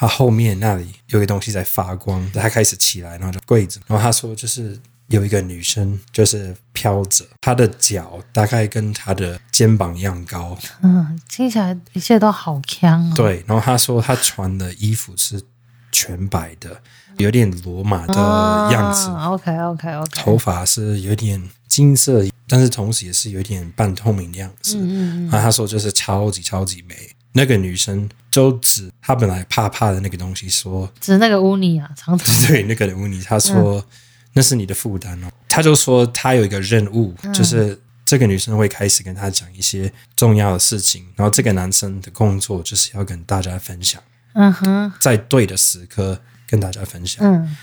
他后面那里有个东西在发光，他开始起来，然后就跪着。然后他说，就是有一个女生，就是飘着，她的脚大概跟她的肩膀一样高，嗯，听起来一切都好香哦。，对，然后他说他穿的衣服是全白的，有点罗马的呃样子，啊、OK OK OK。头发是有点金色，但是同时也是有点半透明的样子。嗯嗯然后他说就是超级超级美。那个女生就指她本来怕怕的那个东西说，指那个乌尼啊，长头发。对那个人问你，她嗯说、那是你的负担哦。她就说她有一个任务，就是。这个女生会开始跟她讲一些重要的事情，然后这个男生的工作就是要跟大家分享。嗯哼，在对的时刻跟大家分享。嗯，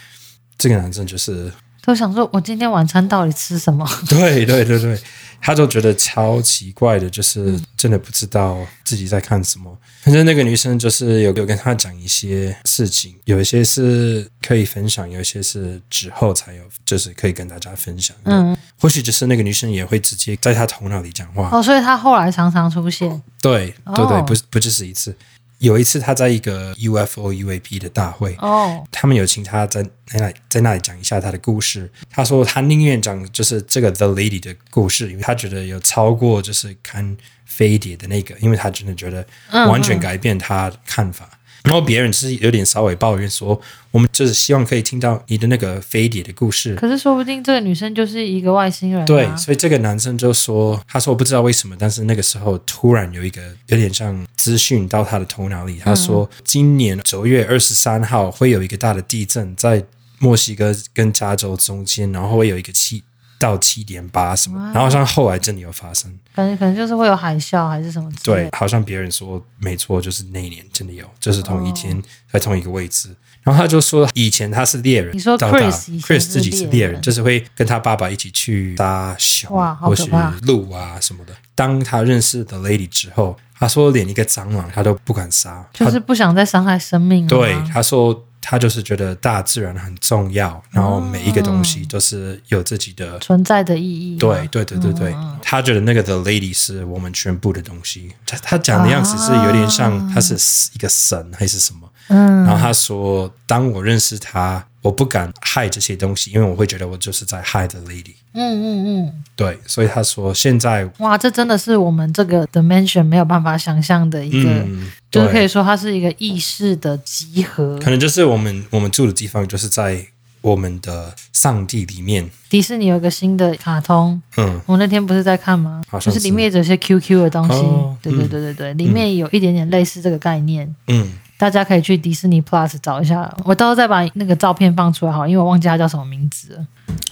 这个男生就是，都想说我今天晚餐到底吃什么？ 对对对对，他就觉得超奇怪的，就是真的不知道自己在看什么。反正那个女生就是有有跟他讲一些事情，有一些是可以分享，有一些是之后才有，就是可以跟大家分享。嗯，或许就是那个女生也会直接在他头脑里讲话。哦，所以他后来常常出现。对对对，哦不是不只是一次。有一次，他在一个 UFO UAP 的大会，哦，他们有请他在在那里在那里讲一下他的故事。他说他宁愿讲就是这个 The Lady 的故事，因为他觉得有超过就是看飞碟的那个，因为他真的觉得完全改变他的看法。然后别人是有点稍微抱怨说，我们就是希望可以听到你的那个飞碟的故事。可是说不定这个女生就是一个外星人、啊。对，所以这个男生就说，他说我不知道为什么，但是那个时候突然有一个有点像资讯到他的头脑里，他说、今年九月二十三号会有一个大的地震在墨西哥跟加州中间，然后会有一个七到七点八什么，然后好像后来真的有发生，感觉可能就是会有海啸还是什么之类对的。，好像别人说没错，就是那一年真的有，就是同一哦天、在同一个位置。然后他就说，以前他是猎人，你说到大 Chris 以前是 Chris 自己是猎猎人，人就是会跟他爸爸一起去搭熊哇好或可是怕鹿啊什么的。当他认识的 Lady 之后，他说连一个蟑螂他都不敢杀，他就是不想再伤害生命了。啊对，他说他就是觉得大自然很重要，然后每一个东嗯西都是有自己的。存在的意义。啊对，对对对对，他觉得那个 The Lady 是我们全部的东西。他他讲的样子是有点像他是一个神还是什么。嗯然后他说，当我认识他，我不敢害这些东西，因为我会觉得我就是在害 The Lady。嗯嗯嗯，对，所以他说现在，哇，这真的是我们这个 dimension 没有办法想象的一个，嗯，就是可以对，说它是一个意识的集合可。能就是我们我们住的地方就是在我们的上帝里面。迪士尼有一个新的卡通，嗯，我那天不是在看吗？好像就是是里面有一些 QQ 的东西，哦对对对对对，里面有一点点类似这个概念。嗯，大家可以去迪士尼 Plus 找一下，我到时候再把那个照片放出来好，因为我忘记它叫什么名字了。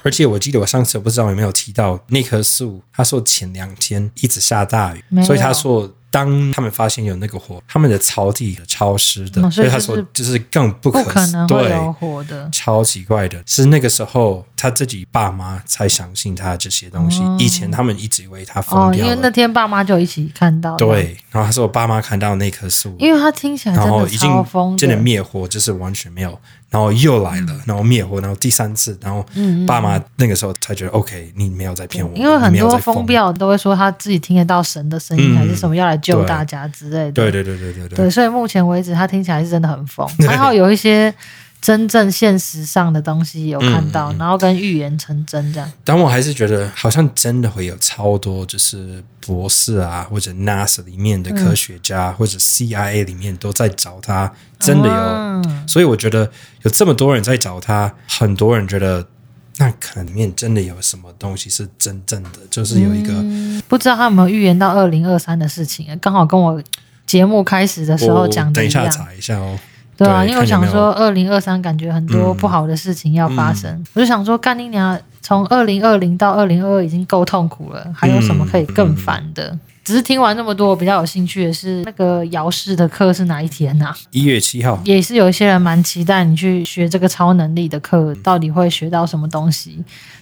而且我记得我上次不知道有没有提到那棵树，他说前两天一直下大雨没，有所以他说当他们发现有那个火，他们的草地超湿的，哦所所以以他就是说就是更不可不可能会对有火的，超奇怪的，是那个时候他自己爸妈才相信他这些东西。以前他们一直以为他疯哦哦，因掉为了，那天爸妈就一起看到，，对。然后他说我爸妈看到那棵树，因为它听起来嗯真然后的嗯已经超疯真的灭火，就是完全没有。然后又来了，然后灭火，然后第三次，然后嗯爸妈那个时候才觉得、OK，你没有在骗我，因为你很没有多在疯疯。标都会说他自己听得到神的声音，嗯还是什么要来救对大家之类的。对对对对对对，对，所以目前为止他听起来是真的很疯，还好有一些真正现实上的东西有看到，嗯然后跟预言成真这样。但我还是觉得好像真的会有超多，就是博士啊，或者 NASA 里面的科学家，或者 CIA 里面都在找他，真的有嗯所以我觉得有这么多人在找他，很多人觉得那可能里面真的有什么东西是真正的，就是有一个、嗯不知道他有没有预言到二零二三的事情，刚好跟我节目开始的时候我讲的等一一样下。查一下哦。对啊，对因为我看有想没有说，二零二三感觉很多嗯不好的事情要发生，我就想说，干你娘！从二零二零到二零二二已经够痛苦了，还有什么可以嗯更烦的？只是听完那么多，我比较有兴趣的是那个姚氏的课是哪一天呐、啊？一月七号，也是有一些人蛮期待你去学这个超能力的课，到底会学到什么东西。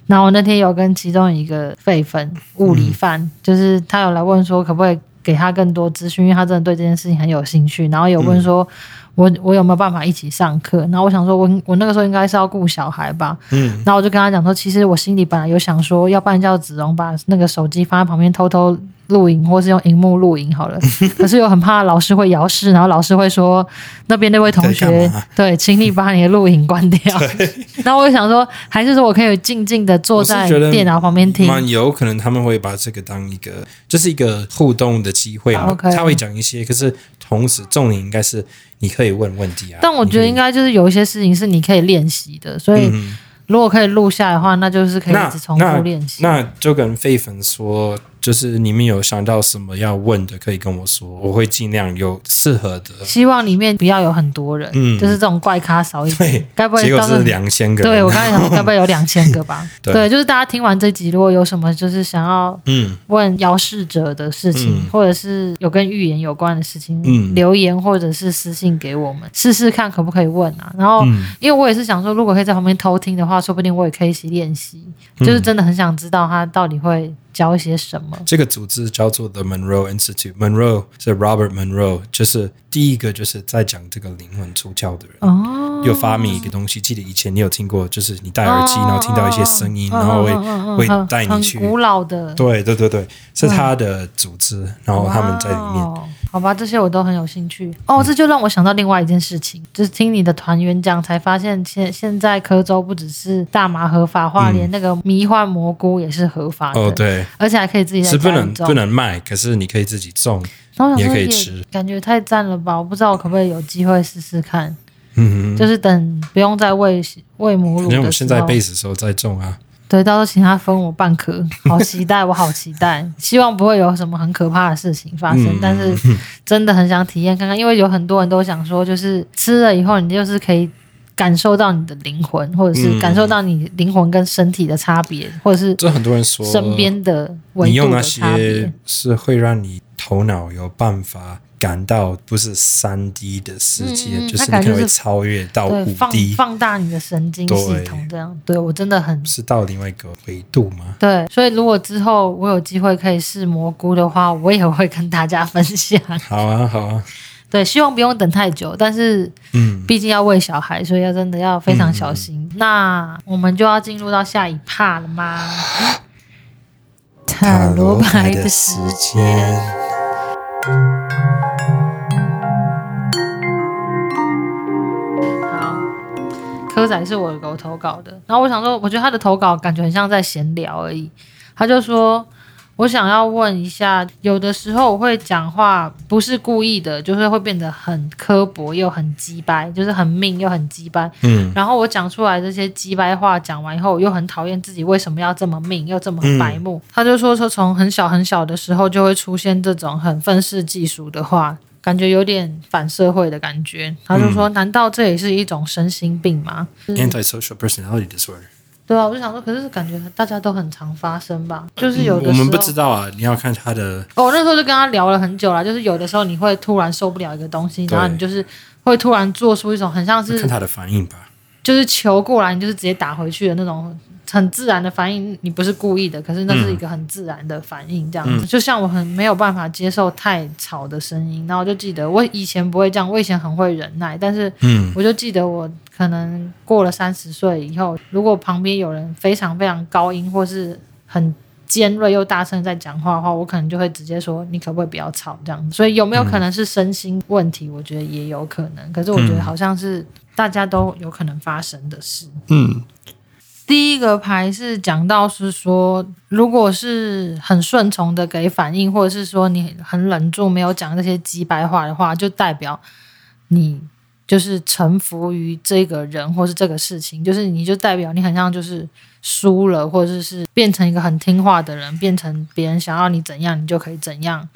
然后我那天有跟其中一个废粉物理范，就是他有来问说可不可以给他更多资讯，因为他真的对这件事情很有兴趣。然后有问说我我有没有办法一起上课？然后我想说我我那个时候应该是要顾小孩吧，嗯，哦然后我就跟他讲说，其实我心里本来有想说，要不然叫子荣把那个手机放在旁边偷偷录影，或是用荧幕录影好 了。可是又很怕老师会摇视，然后老师会说那边那位同在学干嘛， 对，请你把你的录影关掉。然后我就想说，还是说我可以静静的坐我是在觉得电脑旁边听。蛮有可能他们会把这个当一个，就是一个互动的机会嘛。啊，OK 他会讲一些，可是同时重点应该是你可以问问题啊。但我觉得应该，该就是有一些事情是你可以练习的，所以嗯，如果可以录下来的话，那就是可以那一直重复练习。那就跟废粉说，就是你们有想到什么要问的，可以跟我说，我会尽量有适合的。希望里面不要有很多人，嗯就是这种怪咖少一点对，该不会结果到时候是两千个人。对我刚才想说，该不会有两千个吧？对对，就是大家听完这集，如果有什么就是想要 嗯，问邀事者的事情，嗯或者是有跟预言有关的事情，嗯留言或者是私信给我们，试试看可不可以问啊。然后，嗯因为我也是想说，如果可以在旁边偷听的话，说不定我也可以一起练习，就是嗯真的很想知道他到底会教一些什么。这个组织叫做 The Monroe Institute。Monroe 是 Robert Monroe，就是第一个就是在讲这个灵魂出窍的人。哦，又发明一个东西，记得以前你有听过，就是你戴耳机，哦然后听到一些声音，哦然后会嗯嗯嗯嗯会带你很去。古老的，对对对对，是他的组织，然后他们在里面。嗯哇哦。好吧，这些我都很有兴趣哦。这就让我想到另外一件事情，就是听你的团员讲，才发现现现在科州不只是大麻合法化，嗯连那个迷幻蘑菇也是合法的，哦，对，而且还可以自己在是不家里能种。不能卖，可是你可以自己种。然后我想说你也可以也吃，感觉太赞了吧！我不知道我可不可以有机会试试看，嗯，就是等不用再喂喂母乳的时反正候，我现在背时时候在种啊。对，到时候请他分我半颗，好期待，我好期待，希望不会有什么很可怕的事情发生，嗯但是真的很想体验看看，因为有很多人都想说，就是吃了以后，你就是可以。感受到你的灵魂，或者是嗯感受到你灵魂跟身体的差别，或者是这很多人说，身边的维你用度那的差别些。是会让你头脑有办法感到不是三 D 的世界，嗯嗯嗯就是它你感可觉能会是超越到对，五放 D，放大你的神经系对统，这样对我真的很是到另外一个维度吗？对。所以如果之后我有机会可以试蘑菇的话，我也会跟大家分享。好啊，好啊，对，希望不用等太久，但是嗯。毕竟要喂小孩，所以要真的要非常小心。那我们就要进入到下一趴了吗？塔罗牌的时间。。好，科仔是我有投稿的，然后我想说，我觉得他的投稿感觉很像在闲聊而已。他就说，我想要问一下，有的时候我会讲话不是故意的，就是会变得很刻薄又很鸡掰，就是很命又很鸡掰。嗯，然后我讲出来这些鸡掰话，讲完以后，我又很讨厌自己为什么要这么命，又这么白目。嗯他就说说从很小很小的时候就会出现这种很愤世嫉俗的话，感觉有点反社会的感觉。他就嗯说，难道这也是一种身心病吗？ antisocial personality disorder，对啊，我就想说，可是感觉大家都很常发生吧，就是有的时嗯我候。们不知道啊，你要看他的，哦，我那时候就跟他聊了很久了，就是有的时候你会突然受不了一个东西，对然后你就是会突然做出一种很像是看他的反应吧。就是球过来，你就是直接打回去的那种很自然的反应，你不是故意的，可是那是一个很自然的反应，这样子。就像我很没有办法接受太吵的声音，然后我就记得我以前不会这样，我以前很会忍耐，但是嗯，我就记得我可能过了三十岁以后，如果旁边有人非常非常高音或是很尖锐又大声在讲话的话，我可能就会直接说你可不可以不要吵这样子。所以有没有可能是身心问题？我觉得也有可能，可是我觉得好像是大家都有可能发生的事。嗯，第一个牌是讲到是说，如果是很顺从的给反应，或者是说你很忍住没有讲这些鸡白话的话，就代表你就是臣服于这个人或是这个事情，就是你就代表你很像就是输了，或者是变成一个很听话的人，变成别人想要你怎样，你就可以怎样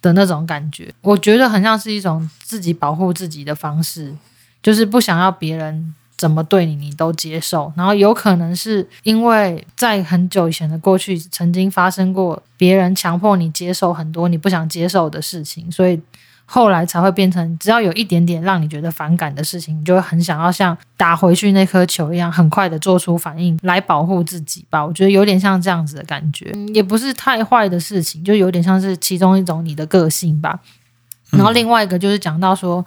的那种感觉。我觉得很像是一种自己保护自己的方式，就是不想要别人。怎么对你，你都接受。然后有可能是因为在很久以前的过去，曾经发生过别人强迫你接受很多你不想接受的事情，所以后来才会变成，只要有一点点让你觉得反感的事情，你就会很想要像打回去那颗球一样，很快的做出反应来保护自己吧。我觉得有点像这样子的感觉，嗯也不是太坏的事情，就有点像是其中一嗯种你的个性吧。然后另外一个就是讲到说，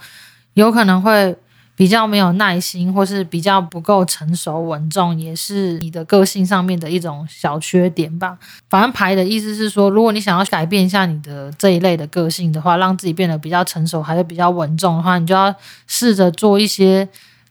有可能会比较没有耐心，或是比较不够成熟稳重，也是你的个性上面的一种小缺点吧。反正牌的意思是说，如果你想要改变一下你的这一类的个性的话，让自己变得比较成熟，还是比较稳重的话，你就要试着做一些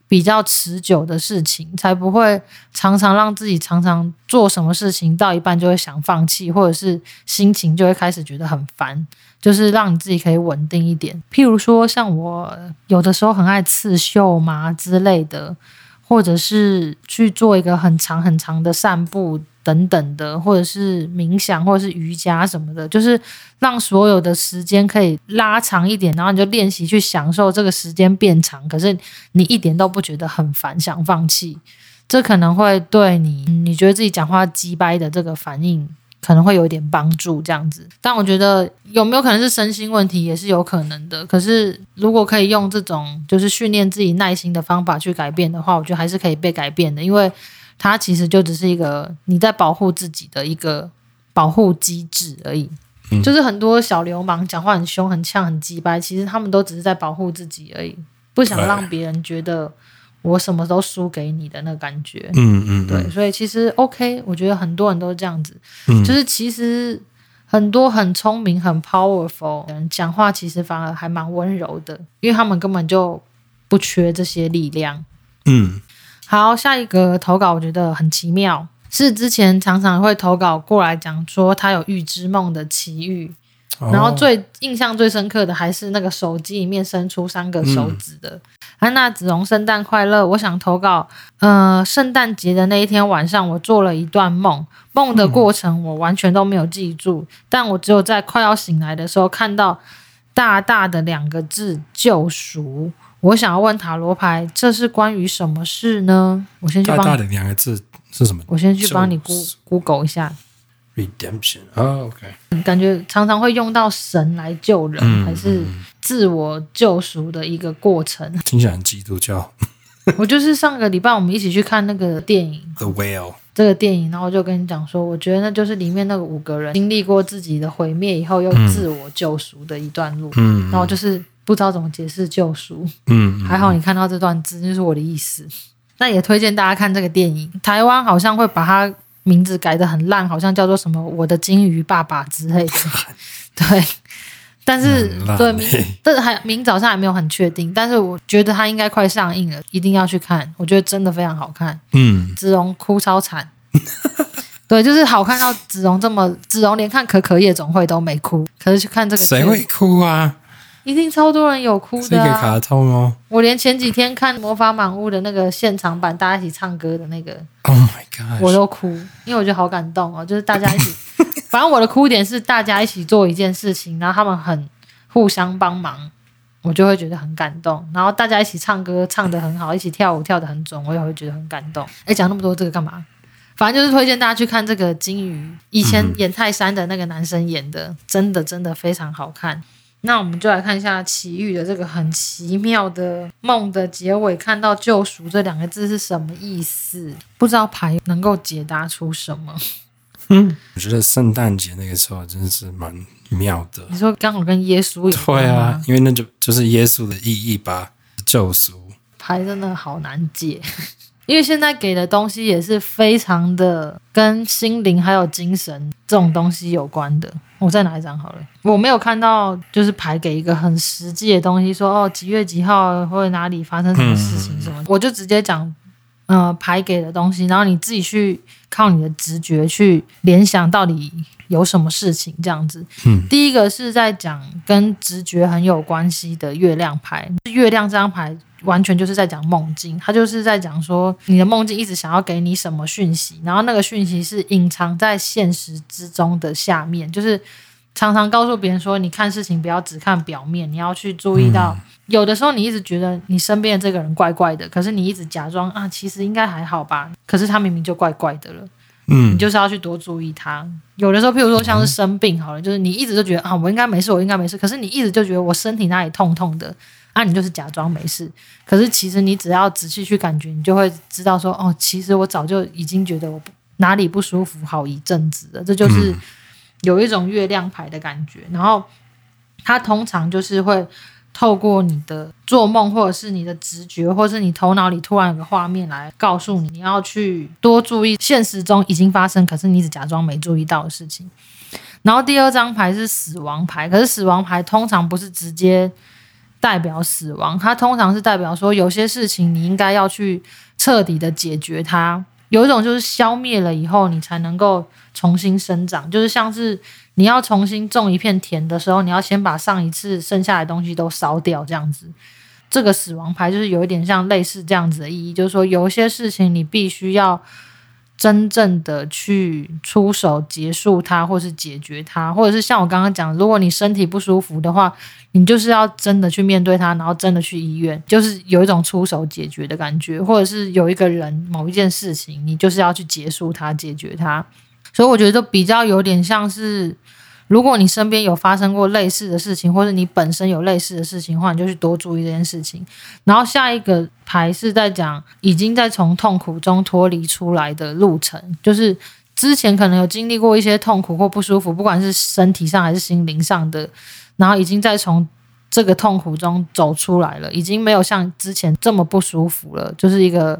比较持久的事情，才不会常常让自己常常做什么事情到一半就会想放弃，或者是心情就会开始觉得很烦。就是让你自己可以稳定一点，譬如说像我有的时候很爱刺绣嘛之类的，或者是去做一个很长很长的散步等等的，或者是冥想，或者是瑜伽什么的，就是让所有的时间可以拉长一点，然后你就练习去享受这个时间变长，可是你一点都不觉得很烦，想放弃。这可能会对你，嗯你觉得自己讲话鸡掰的这个反应可能会有一点帮助，这样子。但我觉得有没有可能是身心问题也是有可能的。可是如果可以用这种就是训练自己耐心的方法去改变的话，我觉得还是可以被改变的，因为它其实就只是一个你在保护自己的一个保护机制而已。嗯就是很多小流氓讲话很凶、很呛、很鸡掰，其实他们都只是在保护自己而已，不想对让别人觉得我什么都输给你的那感觉。嗯嗯，对，所以其实 OK，我觉得很多人都这样子，嗯就是其实很多很聪明、很 powerful 的人讲话，其实反而还蛮温柔的，因为他们根本就不缺这些力量。嗯好，下一个投稿我觉得很奇妙，是之前常常会投稿过来讲说他有预知梦的奇遇，嗯，然后最印象最深刻的还是那个手机里面伸出三个手指的。嗯安娜子荣，圣诞快乐！我想投稿，呃，圣诞节的那一天晚上，我做了一段梦，梦的过程我完全都没有记住，但我只有在快要醒来的时候看到大大的两个字“救赎”。我想要问塔罗牌，这是关于什么事呢？我先去大帮，大的两个字是什么我先去帮你救 Goo- Google 一下， ？Redemption 啊，OK，感觉常常会用到神来救人，还是自我救赎的一个过程。听起来很基督教。我就是上个礼拜我们一起去看那个电影， The Whale，这个电影，然后就跟你讲说，我觉得那就是里面那个五个人经历过自己的毁灭以后，又自我救赎的一段路。嗯然后就是不知道怎么解释救赎，嗯，还好你看到这段字，就是我的意思。那也推荐大家看这个电影，台湾好像会把它名字改得很烂，好像叫做什么“我的金鱼爸爸”之 类的。对，但是很烂对欸明，但是还明早上还没有很确定，但是我觉得它应该快上映了，一定要去看，我觉得真的非常好看。嗯子荣哭超惨。 对，就是好看到子荣这么，子荣连看可可夜总会都没哭，可是去看这个 谁片会哭啊？一定超多人有哭是一的、个啊。卡通哦。我连前几天看《魔法满屋》的那个现场版，大家一起唱歌的那个， Oh my god！我都哭，因为我觉得好感动哦。就是大家一起，反正我的哭点是大家一起做一件事情，然后他们很互相帮忙，我就会觉得很感动。然后大家一起唱歌唱得很好，一起跳舞跳得很准，我也会觉得很感动。哎，讲那么多这个干嘛？反正就是推荐大家去看这个《金鱼》，以前演泰山的那个男生演的，真的真的非常好看。那我们就来看一下奇遇的这个很奇妙的梦的结尾，看到“救赎”这两个字是什么意思？不知道牌能够解答出什么。我觉得圣诞节那个时候真的是蛮妙的。你说刚好跟耶稣有对关啊吗，，因为那就就是耶稣的意义吧，救赎。牌真的好难解， 因为现在给的东西也是非常的跟心灵还有精神这种东西有关的。我再拿一张好了，我没有看到就是牌给一个很实际的东西，说哦几月几号或者哪里发生什么事情什么，我就直接讲。呃，牌给的东西，然后你自己去靠你的直觉去联想到底有什么事情这样子。第一个是在讲跟直觉很有关系的月亮牌，月亮这张牌完全就是在讲梦境，它就是在讲说你的梦境一直想要给你什么讯息，然后那个讯息是隐藏在现实之中的下面，就是常常告诉别人说，你看事情不要只看表面，你要去注意到。有的时候你一直觉得你身边的这个人怪怪的，可是你一直假装啊，其实应该还好吧，可是他明明就怪怪的了。你嗯，就是要去多注意它。有的时候，譬如说像是生病好了，就是你一直就觉得啊，我应该没事，我应该没事，可是你一直就觉得我身体哪里痛痛的，啊，你就是假装没事。可是其实你只要仔细去感觉，你就会知道说，哦，其实我早就已经觉得我不哪里不舒服好一阵子了。这就是有一种月亮牌的感觉。然后它通常就是会透过你的做梦，或者是你的直觉，或者是你头脑里突然有个画面来告诉你，你要去多注意现实中已经发生，可是你只假装没注意到的事情。然后第二张牌是死亡牌，可是死亡牌通常不是直接代表死亡，它通常是代表说有些事情你应该要去彻底的解决它。有一种就是消灭了以后，你才能够重新生长，就是像是你要重新种一片田的时候，你要先把上一次剩下的东西都烧掉，这样子。这个死亡牌就是有一点像类似这样子的意义，就是说有一些事情你必须要真正的去出手结束它，或是解决它，或者是像我刚刚讲，如果你身体不舒服的话，你就是要真的去面对它，然后真的去医院，就是有一种出手解决的感觉，或者是有一个人某一件事情，你就是要去结束它，解决它。所以我觉得比较有点像是，如果你身边有发生过类似的事情，或者你本身有类似的事情的话，你就去多注意这件事情。然后下一个牌是在讲已经在从痛苦中脱离出来的路程，就是之前可能有经历过一些痛苦或不舒服，不管是身体上还是心灵上的，然后已经在从这个痛苦中走出来了，已经没有像之前这么不舒服了，就是一个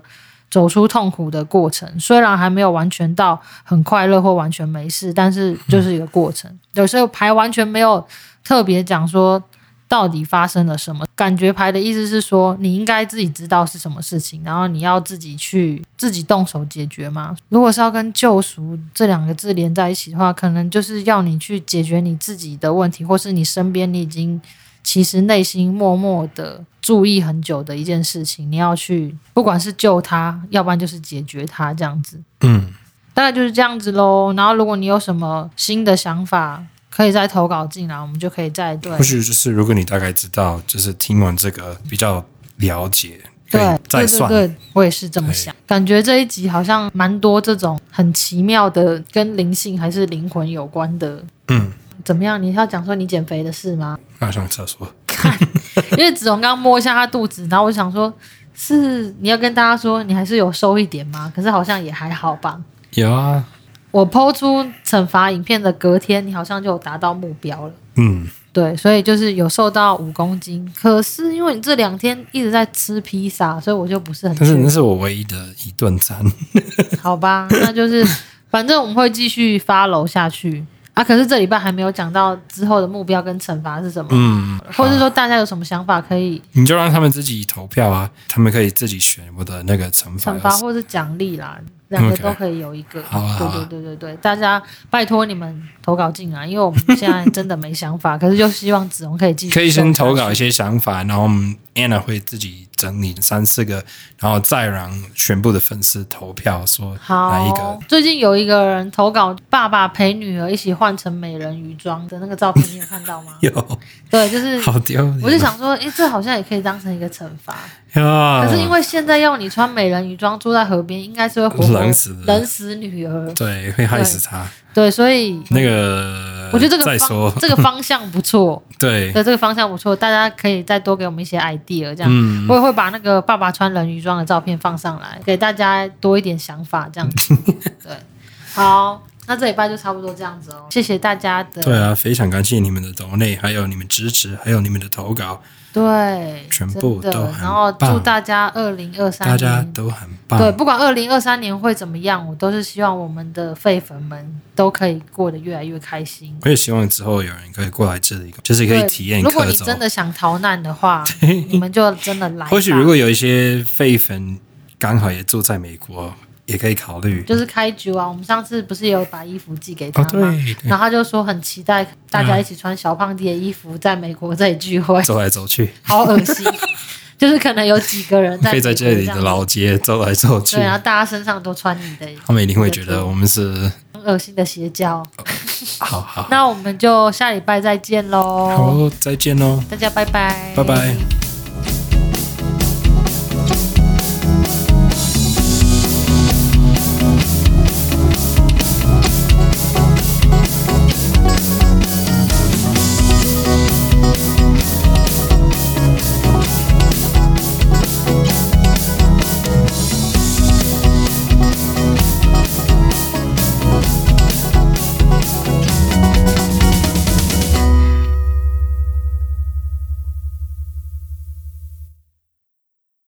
走出痛苦的过程。虽然还没有完全到很快乐或完全没事，但是就是一个过程。有时候牌完全没有特别讲说到底发生了什么，感觉牌的意思是说你应该自己知道是什么事情，然后你要自己去自己动手解决嘛。如果是要跟救赎这两个字连在一起的话，可能就是要你去解决你自己的问题，或是你身边你已经其实内心默默的注意很久的一件事情，你要去，不管是救他，要不然就是解决他这样子，嗯，大概就是这样子喽。然后如果你有什么新的想法，可以再投稿进来，我们就可以再 对或许就是如果你大概知道，就是听完这个比较了解，可对以再算。对对对，我也是这么想。感觉这一集好像蛮多这种很奇妙的跟灵性还是灵魂有关的。嗯，怎么样？你要讲说你减肥的事吗？ 那上厕所，因为子龙刚摸一下他肚子，然后我想说，是你要跟大家说你还是有瘦一点吗？可是好像也还好吧。有啊，我抛出惩罚影片的隔天，你好像就有达到目标了。嗯，对，所以就是有瘦到五公斤，可是因为你这两天一直在吃披萨，所以我就不是很确但定。是那是我唯一的一顿餐。 好吧，那就是反正我们会继续 follow 下去啊。可是这礼拜还没有讲到之后的目标跟惩罚是什么，嗯，或者说大家有什么想法可以你就让他们自己投票啊，他们可以自己选我的那个惩罚惩有罚什么。或是奖励啦，两个 OK 都可以有一个。好啊好啊对对对对对，大家拜托你们投稿进来，因为我们现在真的没想法，可是就希望子龙可以继续可以先投稿下一去。些想法，然后我们 Anna 会自己整理三四个，然后再让全部的粉丝投票说哪一好个。，？最近有一个人投稿，爸爸陪女儿一起换成美人鱼装的那个照片，你有看到吗 有，对，就是好丢脸。我就想说，诶，这好像也可以当成一个惩罚。呀，可是因为现在要你穿美人鱼装住在河边，应该是会活活冷死的冷死女儿。对会害死他。对，所以那个，我觉得这个嗯再方说， 这个方向不错， 对对，这个方向不错，大家可以再多给我们一些 idea，这样、嗯我也会把那个爸爸穿人鱼装的照片放上来，给大家多一点想法，这样 子。对，好，那这礼拜就差不多这样子哦，谢谢大家的对啊，非常感谢你们的抖内，还有你们支持，还有你们的投稿，对全部真都的很，然后祝棒大家二零二三大年家都很棒。对，不管二零二三年会怎么样，我都是希望我们的废粉们都可以过得越来越开心。我也希望之后有人可以过来这里，就是可以对体验如果各你种真。的想逃难的 话，你们就真的来吧。或许如果有一些废粉刚好也住在美国，也可以考虑。就是开局啊，我们上次不是也有把衣服寄给他哦吗？，对，对然后他就说很期待大家一起穿小胖弟的衣服在美国这里聚 会，走来走去，好恶 心。就是可能有几个人 在可以在美国这里样的老街走来走去对，，啊然后大家身上都穿你的他们一定会觉得我们是很恶心的邪教。好好那我们就下礼拜再见喽。好，再见喽。哦大家拜拜，拜拜。